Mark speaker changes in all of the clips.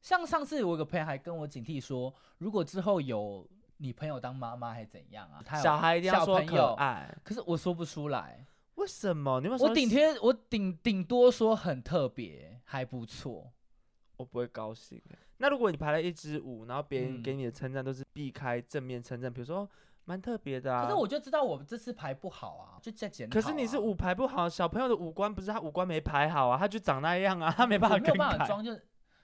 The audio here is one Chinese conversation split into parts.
Speaker 1: 像上次我有个朋友还跟我警惕说，如果之后有你朋友当妈妈还怎样啊？他有
Speaker 2: 小孩一定要
Speaker 1: 小
Speaker 2: 说
Speaker 1: 朋
Speaker 2: 可
Speaker 1: 友
Speaker 2: 爱，
Speaker 1: 可是我说不出来，
Speaker 2: 为什么？你们
Speaker 1: 我顶天我顶顶多说很特别，还不错。
Speaker 2: 我不会高兴欸。那如果你排了一支舞，然后别人
Speaker 1: 嗯
Speaker 2: 给你的称赞都是避开正面称赞，比如说哦蛮特别的啊。
Speaker 1: 可是我就知道我这次排不好啊，就在检讨
Speaker 2: 可
Speaker 1: 啊。
Speaker 2: 是你是舞排不好，小朋友的五官不是他五官没排好啊，他就长那样 啊，他没办
Speaker 1: 我
Speaker 2: 法
Speaker 1: 没有
Speaker 2: 更
Speaker 1: 办法
Speaker 2: 改。
Speaker 1: 装就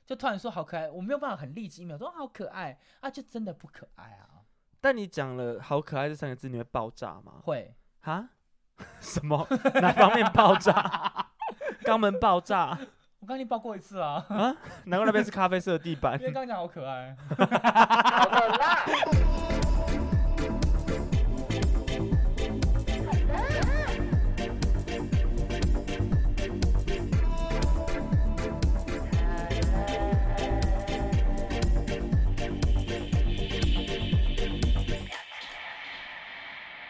Speaker 1: 就突然说好可爱，我没有办法很立即一秒说好可爱啊，就真的不可爱啊，
Speaker 2: 但你讲了“好可爱”这三个字，你会爆炸吗？
Speaker 1: 会
Speaker 2: 哈？什么？ 哪方面爆炸？ 肛门爆炸？
Speaker 1: 我刚已经爆过一次啊，
Speaker 2: 难怪那边是咖啡色的地板
Speaker 1: 因。为刚讲好可爱。
Speaker 3: 好的啦，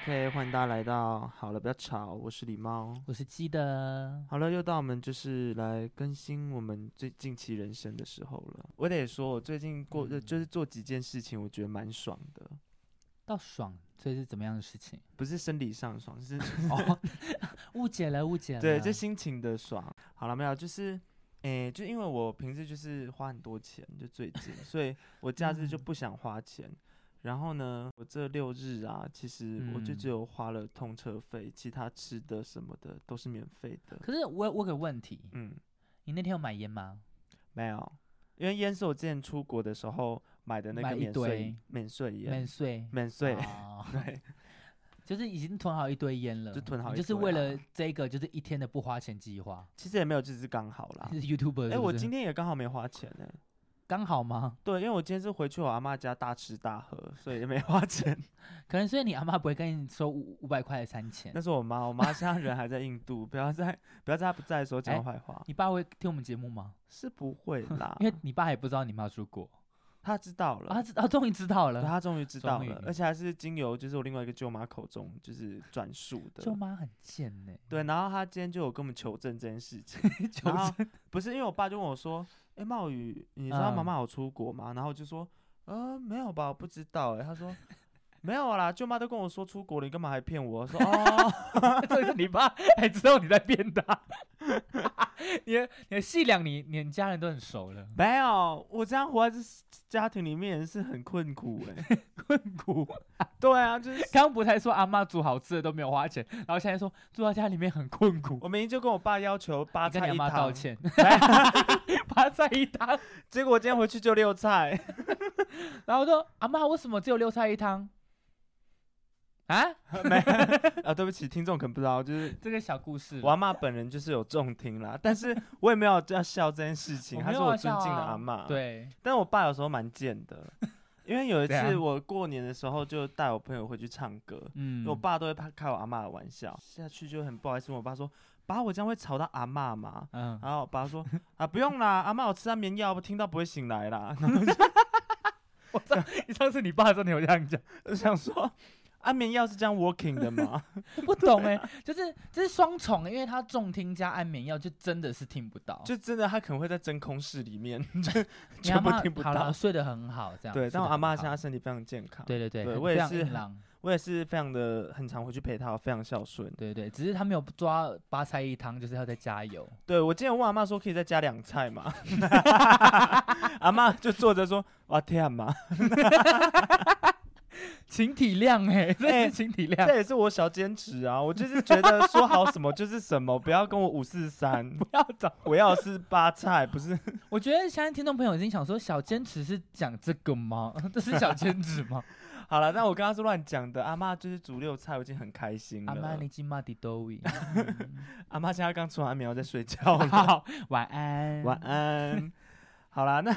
Speaker 2: OK，欢迎大家来到。好了，不要吵，我是礼貌。
Speaker 1: 我是鸡的，
Speaker 2: 好了，又到我们就是来更新我们最近期人生的时候了。我得说，我最近过、呃
Speaker 1: 嗯
Speaker 2: 就是做几件事情，我觉得蛮爽的，
Speaker 1: 到爽，所以是怎么样的事情？
Speaker 2: 不是生理上的爽，是
Speaker 1: 哦， 误解了，误解了。
Speaker 2: 对，就心情的爽。好了，没有，就是，诶、就因为我平时就是花很多钱，就最近，所以我假日就
Speaker 1: 嗯
Speaker 2: 不想花钱。然后呢，我这六日啊，其实我就
Speaker 1: 嗯
Speaker 2: 只有花了通车费，其他吃的什么的都是免费的。
Speaker 1: 可是我我有个问题，
Speaker 2: 嗯，
Speaker 1: 你那天有买烟吗？
Speaker 2: 没有，因为烟是我之前出国的时候买的那
Speaker 1: 买
Speaker 2: 个
Speaker 1: 一
Speaker 2: 免税
Speaker 1: 堆
Speaker 2: 免税
Speaker 1: 免
Speaker 2: 烟，
Speaker 1: 税，
Speaker 2: 免税。
Speaker 1: 哦
Speaker 2: 对，
Speaker 1: 就是已经囤好一堆烟了，
Speaker 2: 就囤好
Speaker 1: 你
Speaker 2: 一
Speaker 1: 就是
Speaker 2: 堆
Speaker 1: 为
Speaker 2: 啊
Speaker 1: 了这个就是一天的不花钱计划。
Speaker 2: 其实也没有，就是刚好啦
Speaker 1: 你。是 YouTuber？
Speaker 2: 哎、
Speaker 1: 是不
Speaker 2: 我
Speaker 1: 是
Speaker 2: 今天也刚好没花钱呢、
Speaker 1: 刚好吗？
Speaker 2: 对，因为我今天是回去我阿妈家大吃大喝，所以也没花 钱。
Speaker 1: 可能所以你阿妈不会跟你收五五百块的餐钱
Speaker 2: 那，是我妈，我妈现在人还在印度， 不要在不要在她不在的时候
Speaker 1: 哎
Speaker 2: 讲坏话，
Speaker 1: 你爸会听我们节目吗？
Speaker 2: 是不会啦，
Speaker 1: 因为你爸也不知道你妈出国
Speaker 2: 她啊知道了，
Speaker 1: 啊，知啊，终于知道
Speaker 2: 对
Speaker 1: 了。
Speaker 2: 她终于知道
Speaker 1: 终于
Speaker 2: 了，而且还是经由就是我另外一个舅妈口中就是转述
Speaker 1: 舅
Speaker 2: 的。
Speaker 1: 妈很贱呢、
Speaker 2: 对，然后她今天就有跟我们求证这件事情，
Speaker 1: 求
Speaker 2: 然后
Speaker 1: 生
Speaker 2: 不是因为我爸就问我说：“哎、茂宇，你知道妈
Speaker 1: 嗯
Speaker 2: 妈有出国吗？”然后我就说：“呃，没有吧，我不知道。”哎，他说：“没有啦，舅妈都跟我说出国了，你干嘛还骗我？”我说：“哦，，
Speaker 1: 这是你爸还知道你在变大，你的你的细粮，你你的家人都很熟 了
Speaker 2: 没有，我这样活在这家庭里面是很困苦哎、
Speaker 1: 困苦。
Speaker 2: 对啊，就是
Speaker 1: 刚刚不才说阿妈煮好吃的都没有花钱，然后现在说住到家里面很困苦，
Speaker 2: 我明天就跟我爸要求八
Speaker 1: 你跟你
Speaker 2: 菜
Speaker 1: 阿
Speaker 2: 一
Speaker 1: 妈道
Speaker 2: 汤，
Speaker 1: 歉，
Speaker 2: 哎
Speaker 1: 八菜一汤。
Speaker 2: 结果我今天回去就六菜，
Speaker 1: 然后我说阿妈为什么只有六菜一汤？啊，
Speaker 2: 没啊，对不起，听众可能不知道，就是
Speaker 1: 这个小故事
Speaker 2: 我阿妈本人就是有重听啦，但是我也没有要笑这件事情，
Speaker 1: 我
Speaker 2: 她
Speaker 1: 没
Speaker 2: 是
Speaker 1: 有
Speaker 2: 我
Speaker 1: 要
Speaker 2: 尊
Speaker 1: 笑
Speaker 2: 敬的
Speaker 1: 啊
Speaker 2: 阿妈，，
Speaker 1: 对，
Speaker 2: 但我爸有时候蛮贱的，因为有一
Speaker 1: 怎样
Speaker 2: 次我过年的时候就带我朋友回去唱歌，因
Speaker 1: 嗯
Speaker 2: 为我爸都会怕开我阿妈的玩笑，下去就很不好意思问我爸说，爸，我这样会吵到阿妈吗？
Speaker 1: 嗯，
Speaker 2: 然后我爸说啊，不用啦，阿妈我吃安眠药，不听到不会醒来啦。
Speaker 1: 我上你上次你爸真的有这样讲，
Speaker 2: 我想说，安眠药是这样 working 的吗？
Speaker 1: 不懂哎、就是这是双重、欸，因为他重听加安眠药，就真的是听不到，
Speaker 2: 就真的他可能会在真空室里面，就
Speaker 1: 你阿
Speaker 2: 全部
Speaker 1: 嬷
Speaker 2: 听不
Speaker 1: 好了，
Speaker 2: 到。
Speaker 1: 睡得很好这样。
Speaker 2: 对，
Speaker 1: 睡得
Speaker 2: 但我阿
Speaker 1: 很
Speaker 2: 妈
Speaker 1: 好
Speaker 2: 现在身体非常健康，
Speaker 1: 对对对，
Speaker 2: 对
Speaker 1: 很
Speaker 2: 我也
Speaker 1: 非常
Speaker 2: 是
Speaker 1: 硬
Speaker 2: 很
Speaker 1: 朗
Speaker 2: 我也是非常的很常回去陪她，非常孝顺。
Speaker 1: 对对，只是他没有抓八菜一汤，就是要再加 油。
Speaker 2: 对我今天问阿妈说可以再加两菜吗？阿妈就坐着说哇天啊嘛，
Speaker 1: 请体谅 哎、欸，这
Speaker 2: 哎
Speaker 1: 是请体谅，
Speaker 2: 这也是我小坚持啊，我就是觉得说好什么就是什么，不要跟我五四三，
Speaker 1: 不要找。
Speaker 2: 我要的是八菜，不是
Speaker 1: 我觉得现在听众朋友已经想说，小坚持是讲这个吗？ 这是小坚持 吗？
Speaker 2: 好了，但我刚刚是乱讲的。阿妈就是煮六菜，我已经很开心了。
Speaker 1: 阿妈你
Speaker 2: 阿
Speaker 1: 金马迪多 维，
Speaker 2: 妈现在刚吃完安眠药在睡觉了，
Speaker 1: 好，嗯晚安，
Speaker 2: 晚。安。好啦，那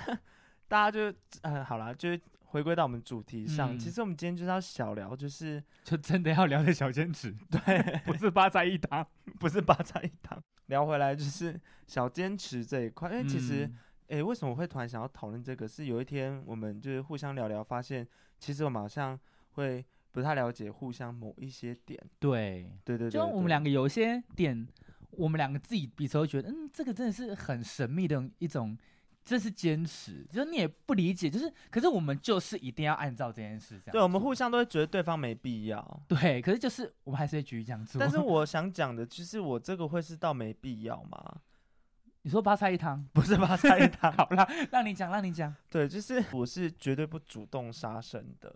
Speaker 2: 大家就嗯，好啦，就是回归到我们主题上。
Speaker 1: 嗯
Speaker 2: 其实我们今天就是要小聊，就是
Speaker 1: 就真的要聊的小坚持，
Speaker 2: 对，
Speaker 1: 不是八菜一汤。
Speaker 2: 不是八菜一汤。聊回来就是小坚持这一块，因为其实
Speaker 1: 嗯
Speaker 2: 诶、为什么我会突然想要讨论这个？是有一天我们就是互相聊聊，发现其实我们好像会不太了解互相某一些点。
Speaker 1: 对，
Speaker 2: 对对对
Speaker 1: 就我们
Speaker 2: 对
Speaker 1: 两个有一些点，我们两个自己彼此都觉得，嗯，这个真的是很神秘的一种这是坚持，就是你也不理解，就是可是我们就是一定要按照这件事这样做。
Speaker 2: 对，我们互相都会觉得对方没必要。
Speaker 1: 对，可是就是我们还是会继续这样做。
Speaker 2: 但是我想讲的，其实我这个会是到没必要吗？
Speaker 1: 你说八菜一汤，
Speaker 2: 不是吧？菜 汤，
Speaker 1: 好啦，让你讲，让你讲。
Speaker 2: 对，就是我是绝对不主动杀生的。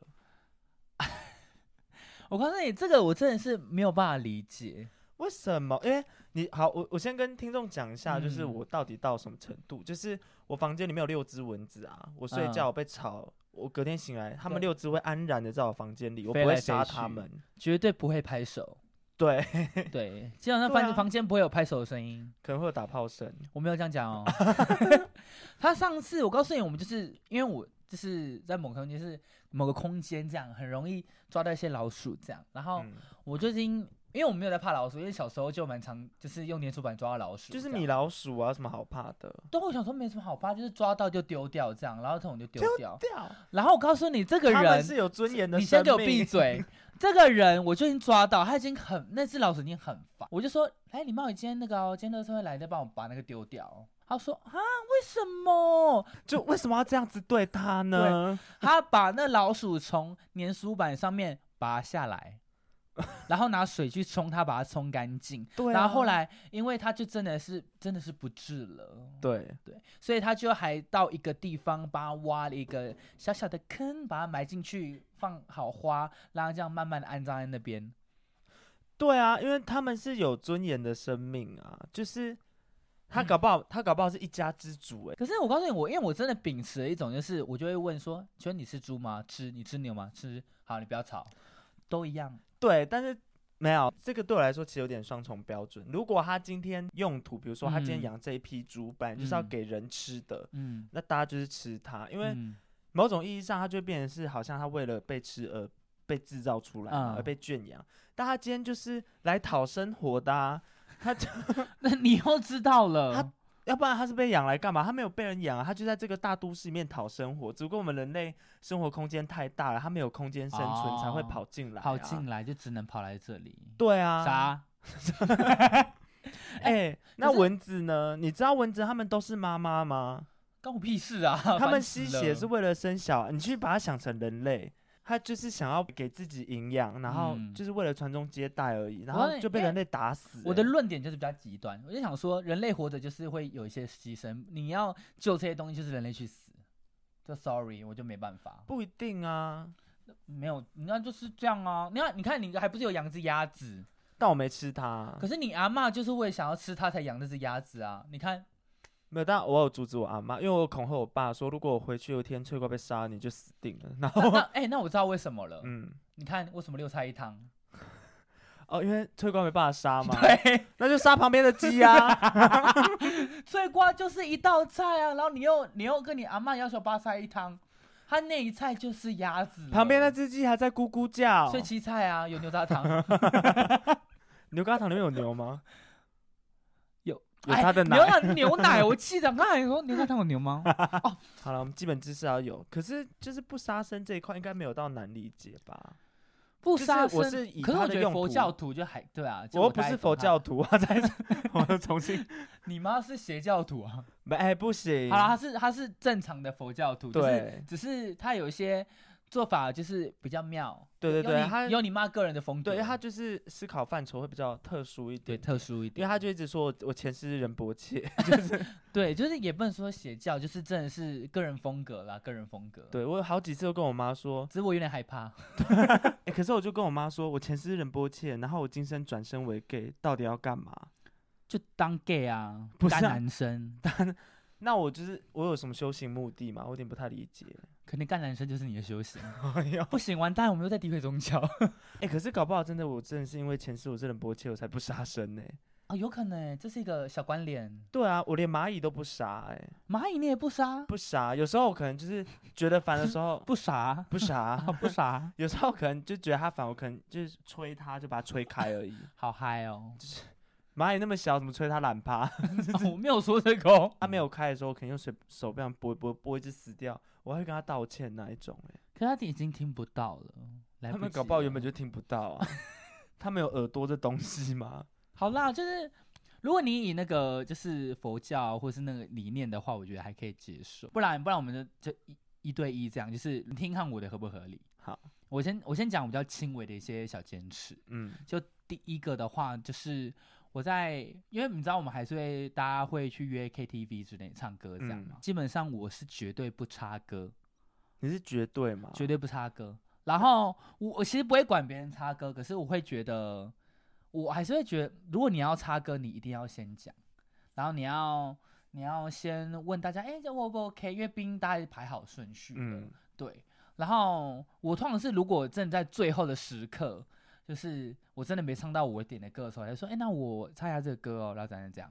Speaker 1: 我告诉你，这个我真的是没有办法理解。
Speaker 2: 为什么？因为你好，我我先跟听众讲一下，就是
Speaker 1: 嗯
Speaker 2: 我到底到什么程度。就是我房间里面有六只蚊子啊，我睡觉
Speaker 1: 嗯
Speaker 2: 我被吵，我隔天醒来，它们
Speaker 1: 对
Speaker 2: 六只会安然的在我房间里，我
Speaker 1: 飞
Speaker 2: 不会
Speaker 1: 来飞
Speaker 2: 杀它
Speaker 1: 去
Speaker 2: 们。
Speaker 1: 绝对不会拍手，
Speaker 2: 对，
Speaker 1: 对，基本上
Speaker 2: 对啊
Speaker 1: 房、房间不会有拍手的声音，
Speaker 2: 可能会有打炮声。
Speaker 1: 我没有这样讲 哦。他上次我告诉你，我们就是因为我就是在某个空间，就是某个空间这样，很容易抓到一些老鼠这样。然后
Speaker 2: 嗯，
Speaker 1: 我最近因为我没有在怕老鼠，因为小时候就蛮常就是用粘鼠板抓到老鼠这
Speaker 2: 就
Speaker 1: 样，
Speaker 2: 是米老鼠啊，有什么好怕的？
Speaker 1: 对，我想说没什么好怕，就是抓到就丢掉这样，然后这种就丢掉。
Speaker 2: 掉，
Speaker 1: 然后我告诉你，这个
Speaker 2: 啊他们
Speaker 1: 人
Speaker 2: 是有尊严的
Speaker 1: 你
Speaker 2: 生
Speaker 1: 先
Speaker 2: 命。
Speaker 1: 给我闭嘴！这个人我就已经抓到，他已经很那只老鼠已经很烦，我就说，哎，李茂宇今天那个、哦、今天乐色会来的，帮我把那个丢掉哦。他说啊，为什么？
Speaker 2: 就为什么要这样子对他呢？
Speaker 1: 他把那老鼠从粘鼠板上面拔下 来，然后拿水去冲它，把它冲干净。
Speaker 2: 对啊
Speaker 1: 然后后来，因为他就真的是真的是不治了，
Speaker 2: 对，
Speaker 1: 对，所以他就还到一个地方，把它挖了一个小小的坑，把它埋进去，放好花，然后这样慢慢的安葬在那边。
Speaker 2: 对啊，因为他们是有尊严的生命啊，就是
Speaker 1: 嗯
Speaker 2: 他搞不好，他搞不好是一家之主哎、
Speaker 1: 可是我告诉你，我因为我真的秉持了一种，就是我就会问说，请问你吃猪吗？吃。你吃牛吗？吃。好，你不要吵，都一样。
Speaker 2: 对，但是没有这个对我来说其实有点双重标准。如果他今天用途，比如说他今天
Speaker 1: 嗯
Speaker 2: 养这一批猪，本来就是要
Speaker 1: 嗯
Speaker 2: 给人吃的，
Speaker 1: 嗯，
Speaker 2: 那大家就是吃它，因为
Speaker 1: 嗯
Speaker 2: 某种意义上，它就变成是好像它为了被吃而被制造出来嘛，
Speaker 1: 嗯
Speaker 2: 而被圈养。但它今天就是来讨生活的、啊，它就
Speaker 1: 那你又知道了
Speaker 2: 他。要不然它是被养来干嘛？它没有被人养啊，它就在这个大都市里面讨生活。只不过我们人类生活空间太大了，它没有空间生存，才会
Speaker 1: 哦
Speaker 2: 跑进来、啊。
Speaker 1: 跑进来就只能跑来这里。
Speaker 2: 对啊，
Speaker 1: 啥？
Speaker 2: 哎、那
Speaker 1: 可是
Speaker 2: 蚊子呢？你知道蚊子它们都是妈妈 吗？
Speaker 1: 关我屁事啊！
Speaker 2: 它们
Speaker 1: 烦死
Speaker 2: 吸
Speaker 1: 了
Speaker 2: 血是为了生小，你去把它想成人类，它就是想要给自己营养，然后
Speaker 1: 嗯
Speaker 2: 就是为了传宗接代而已，然
Speaker 1: 我
Speaker 2: 后
Speaker 1: 告诉你
Speaker 2: 就被
Speaker 1: 因为
Speaker 2: 人类打死、
Speaker 1: 我的
Speaker 2: 欸
Speaker 1: 论点就是比较极端，我就想说，人类活着就是会有一些牺牲，你要救这些东西，就是人类去死。就 sorry，我就没办法，
Speaker 2: 不一定啊，
Speaker 1: 没有，你看就是这样啊。你看，你看，你还不是有养只鸭子？
Speaker 2: 但我没吃它
Speaker 1: 可，是你阿嬷就是为了想要吃它才养那只鸭子啊。你 看，
Speaker 2: 没有，但我有阻止我阿妈，因为我有恐吓我爸说，如果我回去有一天翠瓜被杀了，你就死定了。然
Speaker 1: 那那
Speaker 2: 后，
Speaker 1: 哎、那我知道为什么了。
Speaker 2: 嗯，
Speaker 1: 你看为什么六菜一汤？
Speaker 2: 哦，因为翠瓜没办法杀嘛，
Speaker 1: 对，
Speaker 2: 那就杀旁边的 鸡啊。
Speaker 1: 脆瓜就是一道菜啊，然后你又你又跟你阿嬷要求八菜一汤，它那一菜就是鸭子了，
Speaker 2: 旁边那只鸡还在咕咕叫
Speaker 1: 所。以七菜啊，有牛轧糖。
Speaker 2: 牛轧糖里面有牛吗？
Speaker 1: 有 哎
Speaker 2: 有它的奶。
Speaker 1: 牛奶牛奶，我气的，我刚才说牛奶汤有牛 吗？
Speaker 2: 好了，我们基本知识要有，可是就是不杀生这一块应该没有到难理解吧？
Speaker 1: 不
Speaker 2: 就是
Speaker 1: 杀生，
Speaker 2: 我是以
Speaker 1: 可是
Speaker 2: 它
Speaker 1: 我
Speaker 2: 的
Speaker 1: 觉得
Speaker 2: 用
Speaker 1: 佛
Speaker 2: 途
Speaker 1: 教徒就还对啊，就
Speaker 2: 我又不
Speaker 1: 大概
Speaker 2: 是
Speaker 1: 懂
Speaker 2: 佛
Speaker 1: 它
Speaker 2: 教，徒啊，再我又 重新，
Speaker 1: 你妈是邪教徒啊。
Speaker 2: 没哎、不行，
Speaker 1: 好了，她是她是正常的佛教徒，就是
Speaker 2: 对
Speaker 1: 只是她有一些做法就是比较妙，
Speaker 2: 对对
Speaker 1: 有
Speaker 2: 对
Speaker 1: 你
Speaker 2: 她
Speaker 1: 有你妈个人的风格，
Speaker 2: 对，因为他就是思考范畴会比较特殊一
Speaker 1: 对
Speaker 2: 点，
Speaker 1: 特殊一
Speaker 2: 因为
Speaker 1: 点，
Speaker 2: 他就一直说我我前世是仁伯切，
Speaker 1: 对就是也不能说邪教，就是真的是个人风格啦，个人风格。，
Speaker 2: 对我有好几次都跟我妈说，
Speaker 1: 只是我有点害怕，
Speaker 2: 哎、可是我就跟我妈说我前世是仁波切，然后我今生转生为 gay，到底要干嘛？
Speaker 1: 就当 gay 啊，
Speaker 2: 不
Speaker 1: 当
Speaker 2: 是啊
Speaker 1: 男生，
Speaker 2: 那我就是我有什么修行目的吗？我有点不太理解。
Speaker 1: 可能干男生就是你的修行。
Speaker 2: 哎呦，
Speaker 1: 不行，完蛋，我们又在诋毁宗 教
Speaker 2: 哎、可是搞不好真的我真的是因为前世我是仁波切，我才不杀生呢、
Speaker 1: 啊！有可能欸，这是一个小关联。
Speaker 2: 对啊，我连蚂蚁都不杀、哎，
Speaker 1: 蚂蚁你也不杀，
Speaker 2: 不杀。有时候我可能就是觉得烦的时候
Speaker 1: 不杀，
Speaker 2: 哦不杀
Speaker 1: 啊，，不杀，
Speaker 2: 有时候可能就觉得它烦，我可能就是吹它，就把它吹开而已。
Speaker 1: 好嗨 哦！
Speaker 2: 蚂蚁那么小，怎么吹它懒趴？
Speaker 1: 啊我没有说这个哦。
Speaker 2: 它没有开的时候，我可能用手手这样拨一拨，拨一只死掉，我还会跟它道歉那一种、
Speaker 1: 可他已经听不到了，来
Speaker 2: 哎，
Speaker 1: 不
Speaker 2: 他
Speaker 1: 及
Speaker 2: 们搞不好原
Speaker 1: 了
Speaker 2: 本 就听不到啊。他们有耳朵这东西吗？
Speaker 1: 好啦，就是如果你以那个就是佛教或是那个理念的话，我觉得还可以接受。不然不然我们就就一一对一这样，就是你听看我的合不合理。
Speaker 2: 好，
Speaker 1: 我先我先讲比较轻微的一些小坚持。
Speaker 2: 嗯，
Speaker 1: 就第一个的话，就是我在，因为你知道我们还是会大家会去约 KTV 之类唱歌这样嘛，
Speaker 2: 嗯
Speaker 1: 基本上我是绝对不插歌，
Speaker 2: 你是绝对吗？
Speaker 1: 绝对不插歌。然后我我其实不会管别人插歌，可是我会觉得，我还是会觉得，如果你要插歌，你一定要先讲，然后你要你要先问大家，哎、这 O 不 OK？因为毕竟大家排好顺序的，
Speaker 2: 嗯，
Speaker 1: 对，然后我通常是如果正在最后的时刻，就是我真的没唱到我点的歌的时候，他就说：“哎，那我唱一下这个歌哦。”然后怎样怎样。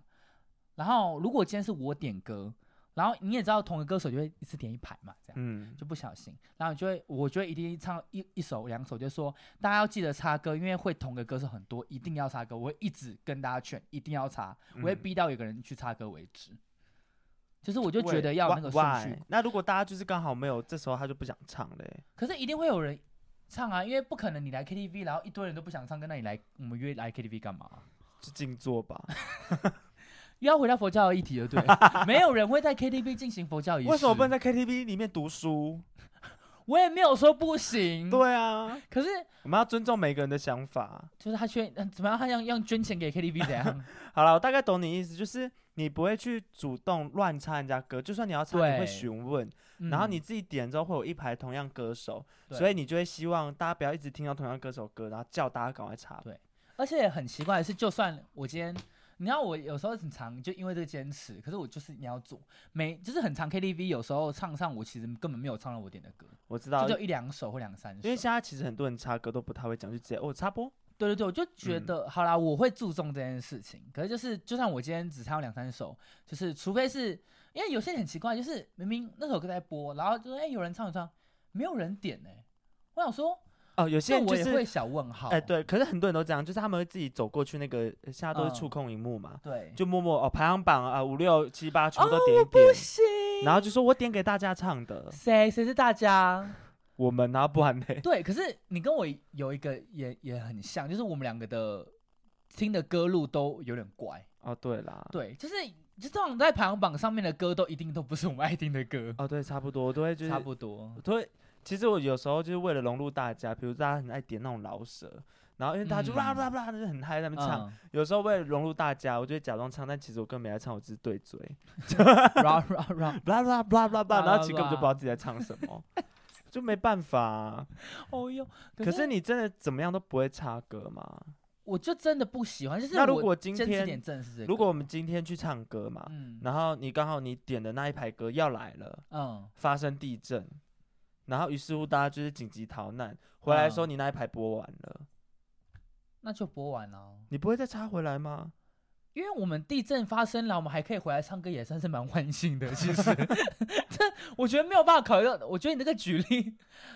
Speaker 1: 然后如果今天是我点歌，然后你也知道同一个歌手就会一次点一排嘛，这样
Speaker 2: 嗯，
Speaker 1: 就不小心，然后你就会我就会一定唱一一首两首，就说大家要记得插歌，因为会同个歌手很多，一定要插歌。我会一直跟大家劝，一定要插，我会
Speaker 2: 嗯
Speaker 1: 逼到有个人去插歌为止。就是我就觉
Speaker 2: 喂
Speaker 1: 得要有
Speaker 2: why-
Speaker 1: 那个顺
Speaker 2: why？
Speaker 1: 序
Speaker 2: 那如果大家就是刚好没有，这时候他就不想唱嘞、
Speaker 1: 可是一定会有人唱啊，因为不可能你来 KTV，然后一堆人都不想唱歌，那你来我们约来 KTV 干嘛？啊
Speaker 2: 就静 坐吧。
Speaker 1: 又要回到佛教的议题了， 对了，没有人会在 KTV 进行佛教仪式。
Speaker 2: 为什么不能？在 KTV 里面读书？
Speaker 1: 我也没有说不行。，
Speaker 2: 对啊，
Speaker 1: 可是
Speaker 2: 我们要尊重每个人的想法。
Speaker 1: 就是他捐呃怎么样？他要要捐钱给 KTV 怎样？
Speaker 2: 好了，我大概懂你意思，就是你不会去主动乱插人家歌，就算你要插，你会
Speaker 1: 对
Speaker 2: 询问，
Speaker 1: 嗯
Speaker 2: 然后你自己点之后会有一排同样歌手，
Speaker 1: 对
Speaker 2: 所以你就会希望大家不要一直听到同样歌手歌，然后叫大家赶快插
Speaker 1: 对。而且很奇怪的是，就算我今天，你知道我有时候很常就因为这个坚持，可是我就是你要做，每就是很常 KTV 有时候唱上我其实根本没有唱到我点的歌，
Speaker 2: 我知
Speaker 1: 就
Speaker 2: 道
Speaker 1: 只，有一两首或两三首。
Speaker 2: 啊因为现在其实很多人插歌都不太会讲，就直接哦插播。
Speaker 1: 对对对，我就觉
Speaker 2: 嗯
Speaker 1: 得、好啦，我会注重这件事情。可是就是，就算我今天只唱两三首，就是除非是因为有些人很奇怪，就是明明那首歌在播，然后就说哎、有人唱一唱，没有人点呢、欸我想说，
Speaker 2: 哦，有些
Speaker 1: 这
Speaker 2: 人就
Speaker 1: 我也
Speaker 2: 是
Speaker 1: 会小问号。
Speaker 2: 哎、对，可是很多人都这样，就是他们会自己走过去那个，呃现在都是
Speaker 1: 嗯
Speaker 2: 触控荧幕嘛，
Speaker 1: 对，
Speaker 2: 就默默哦排行榜啊五六七八全部
Speaker 1: 哦
Speaker 2: 都点一点，
Speaker 1: 不行。
Speaker 2: 然后就说我点给大家唱的，
Speaker 1: 谁谁是大家？
Speaker 2: 我们然后不然呢？
Speaker 1: 对，可是你跟我有一个也也很像，就是我们两个的听的歌路都有点怪。
Speaker 2: 哦对啦，
Speaker 1: 对，就是就这种在排行榜上面的歌都一定都不是我们爱听的歌，
Speaker 2: 哦对，差不多，我都会就是
Speaker 1: 差不多
Speaker 2: 我。都会。其实我有时候就是为了融入大家，比如大家很爱点那种老舍，然后因为大家就
Speaker 1: 嗯
Speaker 2: 啦啦啦，就是很嗨在那边唱。
Speaker 1: 嗯
Speaker 2: 有时候为了融入大家，我就会假装唱，但其实我根本没在唱，我只是对 嘴，
Speaker 1: ra ra ra，
Speaker 2: 啦啦啦啦啦，
Speaker 1: 啦
Speaker 2: 然后其实根
Speaker 1: 啦
Speaker 2: 本就不知道自己在唱什么， 就没办法啊、
Speaker 1: 哦哟，
Speaker 2: 可是你真的怎么样都不会插歌吗？
Speaker 1: 我就真的不喜欢，就是
Speaker 2: 那如
Speaker 1: 我
Speaker 2: 果今
Speaker 1: 坚持
Speaker 2: 天
Speaker 1: 点正是这个，
Speaker 2: 如果我们啊今天去唱歌嘛，
Speaker 1: 嗯
Speaker 2: 然后你刚好你点的那一排歌要来了，
Speaker 1: 嗯
Speaker 2: 发生地震，然后于是乎大家就是紧急逃难，回来的时候
Speaker 1: 嗯
Speaker 2: 你那一排播完了，
Speaker 1: 那就播完了，
Speaker 2: 你不会再插回来吗？
Speaker 1: 因为我们地震发生了，我们还可以回来唱歌，也算是蛮欢庆的。其实 这我觉得没有办法考虑到，我觉得你这个举例，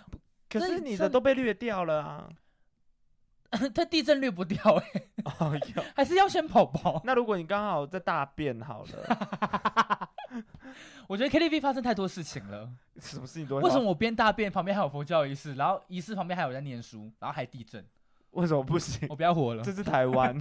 Speaker 2: 可
Speaker 1: 这
Speaker 2: 是
Speaker 1: 一
Speaker 2: 你的
Speaker 1: 阵
Speaker 2: 都被略掉了啊！
Speaker 1: 它地震略不掉、欸，
Speaker 2: 哦 哟，
Speaker 1: 还是要先跑跑。
Speaker 2: 那如果你刚好在大便好了，
Speaker 1: 我觉得 KTV 发生太多事情了，
Speaker 2: 什么事情都会
Speaker 1: 为什
Speaker 2: 发
Speaker 1: 么我边大便旁边还有佛教仪式，然后仪式旁边还有人在念书，然后还地震，
Speaker 2: 为什么不行？
Speaker 1: 我不要活了
Speaker 2: 嗯这。是台 湾，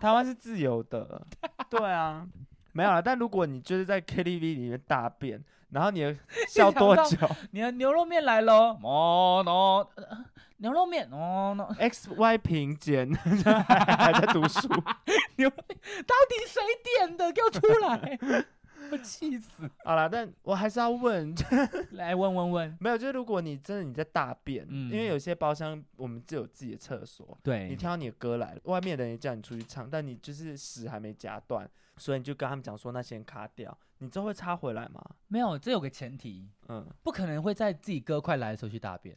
Speaker 2: 台湾是自由的，对啊，没有了。但如果你就是在 KTV 里面大便，然后你的笑多久
Speaker 1: 你的牛肉面来喽，哦喏呃牛肉面哦 喏，
Speaker 2: ？X Y 平减， 还在读书，
Speaker 1: 到底谁点的？给我出 来！我气死！
Speaker 2: 好了。但我还是要问，
Speaker 1: 来问问问，
Speaker 2: 没有，就是如果你真的你在大便，
Speaker 1: 嗯
Speaker 2: 因为有些包厢我们就有自己的厕所，你
Speaker 1: 对，
Speaker 2: 挑你的歌来，外面的人也叫你出去唱，但你就是屎还没夹断，所以你就跟他们讲说那先卡掉，你之后会插回来吗？
Speaker 1: 没有，这有个前提，
Speaker 2: 嗯，
Speaker 1: 不可能会在自己歌快来的时候去大便。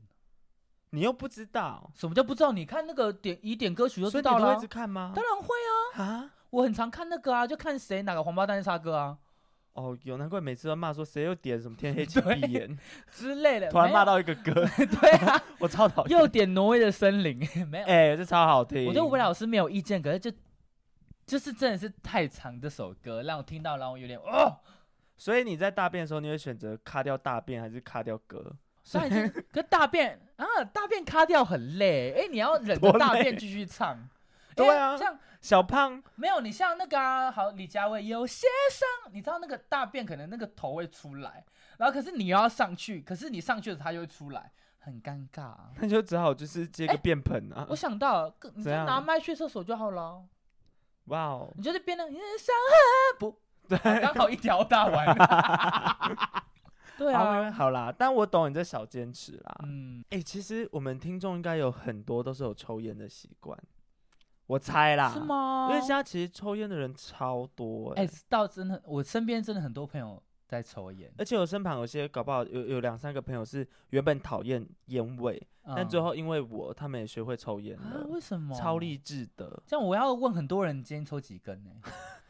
Speaker 2: 你又不知道，
Speaker 1: 什么叫不知道？你看那个点以点歌曲就
Speaker 2: 所以
Speaker 1: 知
Speaker 2: 你
Speaker 1: 道了
Speaker 2: 都会
Speaker 1: 啊、
Speaker 2: 一直看吗？
Speaker 1: 当然会啊，
Speaker 2: 啊？
Speaker 1: 我很常看那个啊，就看谁哪个黄包蛋杀歌啊
Speaker 2: 哦，有难怪每次都骂说谁又点什么 天黑请
Speaker 1: 对
Speaker 2: 闭眼，
Speaker 1: 之类的。
Speaker 2: 突然
Speaker 1: 没
Speaker 2: 骂
Speaker 1: 有，
Speaker 2: 到一个歌，
Speaker 1: 对啊，
Speaker 2: 我超讨 厌。
Speaker 1: 又点挪威的森林， 没有。
Speaker 2: 哎、这超好听。
Speaker 1: 我对伍佰老师没有意见，可是就就是真的是太长这首歌，让我听到让我有点哦。
Speaker 2: 所以你在大便的时候，你会选择卡掉大便还是卡掉歌？
Speaker 1: 虽然 是可是大便啊，大便卡掉很累，哎、你要忍着
Speaker 2: 多
Speaker 1: 大
Speaker 2: 累
Speaker 1: 便继续唱，因为
Speaker 2: 对啊
Speaker 1: 像
Speaker 2: 小胖
Speaker 1: 没有你像那个啊，好李佳薇有些伤，你知道那个大便可能那个头会出来，然后可是你要上去，可是你上去了它就会出来，很尴尬啊、
Speaker 2: 那就只好就是接个
Speaker 1: 哎
Speaker 2: 便盆啊
Speaker 1: 我。想到了，你就
Speaker 2: 怎样
Speaker 1: 拿麦去厕所就好了，
Speaker 2: 哇哦，
Speaker 1: 你就是变得你的伤痕不，对，刚好一条大完。 对
Speaker 2: 好没
Speaker 1: 啊，
Speaker 2: 关好啦，但我懂你这小坚持啦。
Speaker 1: 嗯，
Speaker 2: 哎、其实我们听众应该有很多都是有抽烟的习惯，我猜啦。
Speaker 1: 是？吗？
Speaker 2: 嗯因为现在其实抽烟的人超多、欸，
Speaker 1: 哎、到真的，我身边真的很多朋友在抽烟，
Speaker 2: 而且我身旁有些搞不好有有两三个朋友是原本讨厌烟味，但最
Speaker 1: 嗯
Speaker 2: 后因为我，他们也学会抽烟
Speaker 1: 啊，
Speaker 2: 了，
Speaker 1: 为什么？
Speaker 2: 超励志的。
Speaker 1: 这样我要问很多人今天抽几根呢、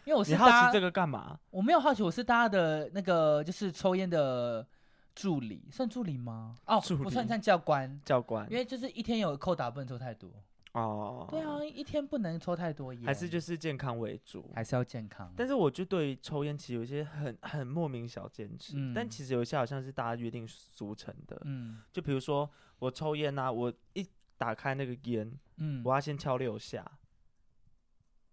Speaker 1: 因为我
Speaker 2: 你
Speaker 1: 是
Speaker 2: 好
Speaker 1: 大
Speaker 2: 奇
Speaker 1: 家，
Speaker 2: 这个干嘛？
Speaker 1: 我没有好奇，我是大家的那个就是抽烟的助理，算助理吗？哦，
Speaker 2: 助
Speaker 1: 不算
Speaker 2: 理嗯
Speaker 1: 算教官，
Speaker 2: 教官
Speaker 1: 因为就是一天有扣打不能抽太多。
Speaker 2: 哦，
Speaker 1: 对啊，一天不能抽太多烟，
Speaker 2: 还是就是健康为主。
Speaker 1: 还是要健康。
Speaker 2: 但是我就对于抽烟其实有一些很很莫名小坚持，但
Speaker 1: 嗯
Speaker 2: 其实有一些好像是大家约定俗成的，
Speaker 1: 嗯
Speaker 2: 就比如说我抽烟呐、啊，我一打开那个烟，
Speaker 1: 嗯，
Speaker 2: 我要先敲六下，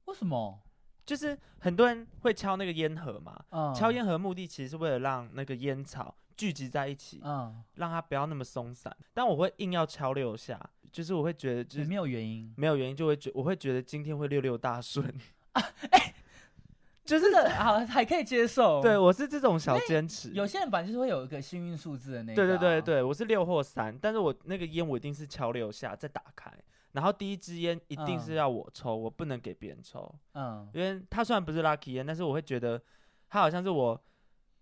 Speaker 1: 为什么？
Speaker 2: 就是很多人会敲那个烟盒嘛，
Speaker 1: 嗯，
Speaker 2: 敲，烟盒的目的其实是为了让那个烟草聚集在一起，
Speaker 1: 嗯，
Speaker 2: 让它不要那么松散。但我会硬要敲六下，就是我会觉得就
Speaker 1: 也
Speaker 2: 是
Speaker 1: 没有原因。
Speaker 2: 没有原因，就会觉我会觉得今天会六六大顺。
Speaker 1: 啊哎就是 好，还可以接受。
Speaker 2: 对，我是这种小坚持。
Speaker 1: 哦有些人本来就是会有一个幸运数字的那啊个、
Speaker 2: 对对对，对，我是六或三，但是我那个烟我一定是敲六下再打开，然后第一支烟一定
Speaker 1: 嗯
Speaker 2: 是要我抽，我不能给别人抽，
Speaker 1: 嗯
Speaker 2: 因为它虽然不是 lucky 烟，但是我会觉得它好像是我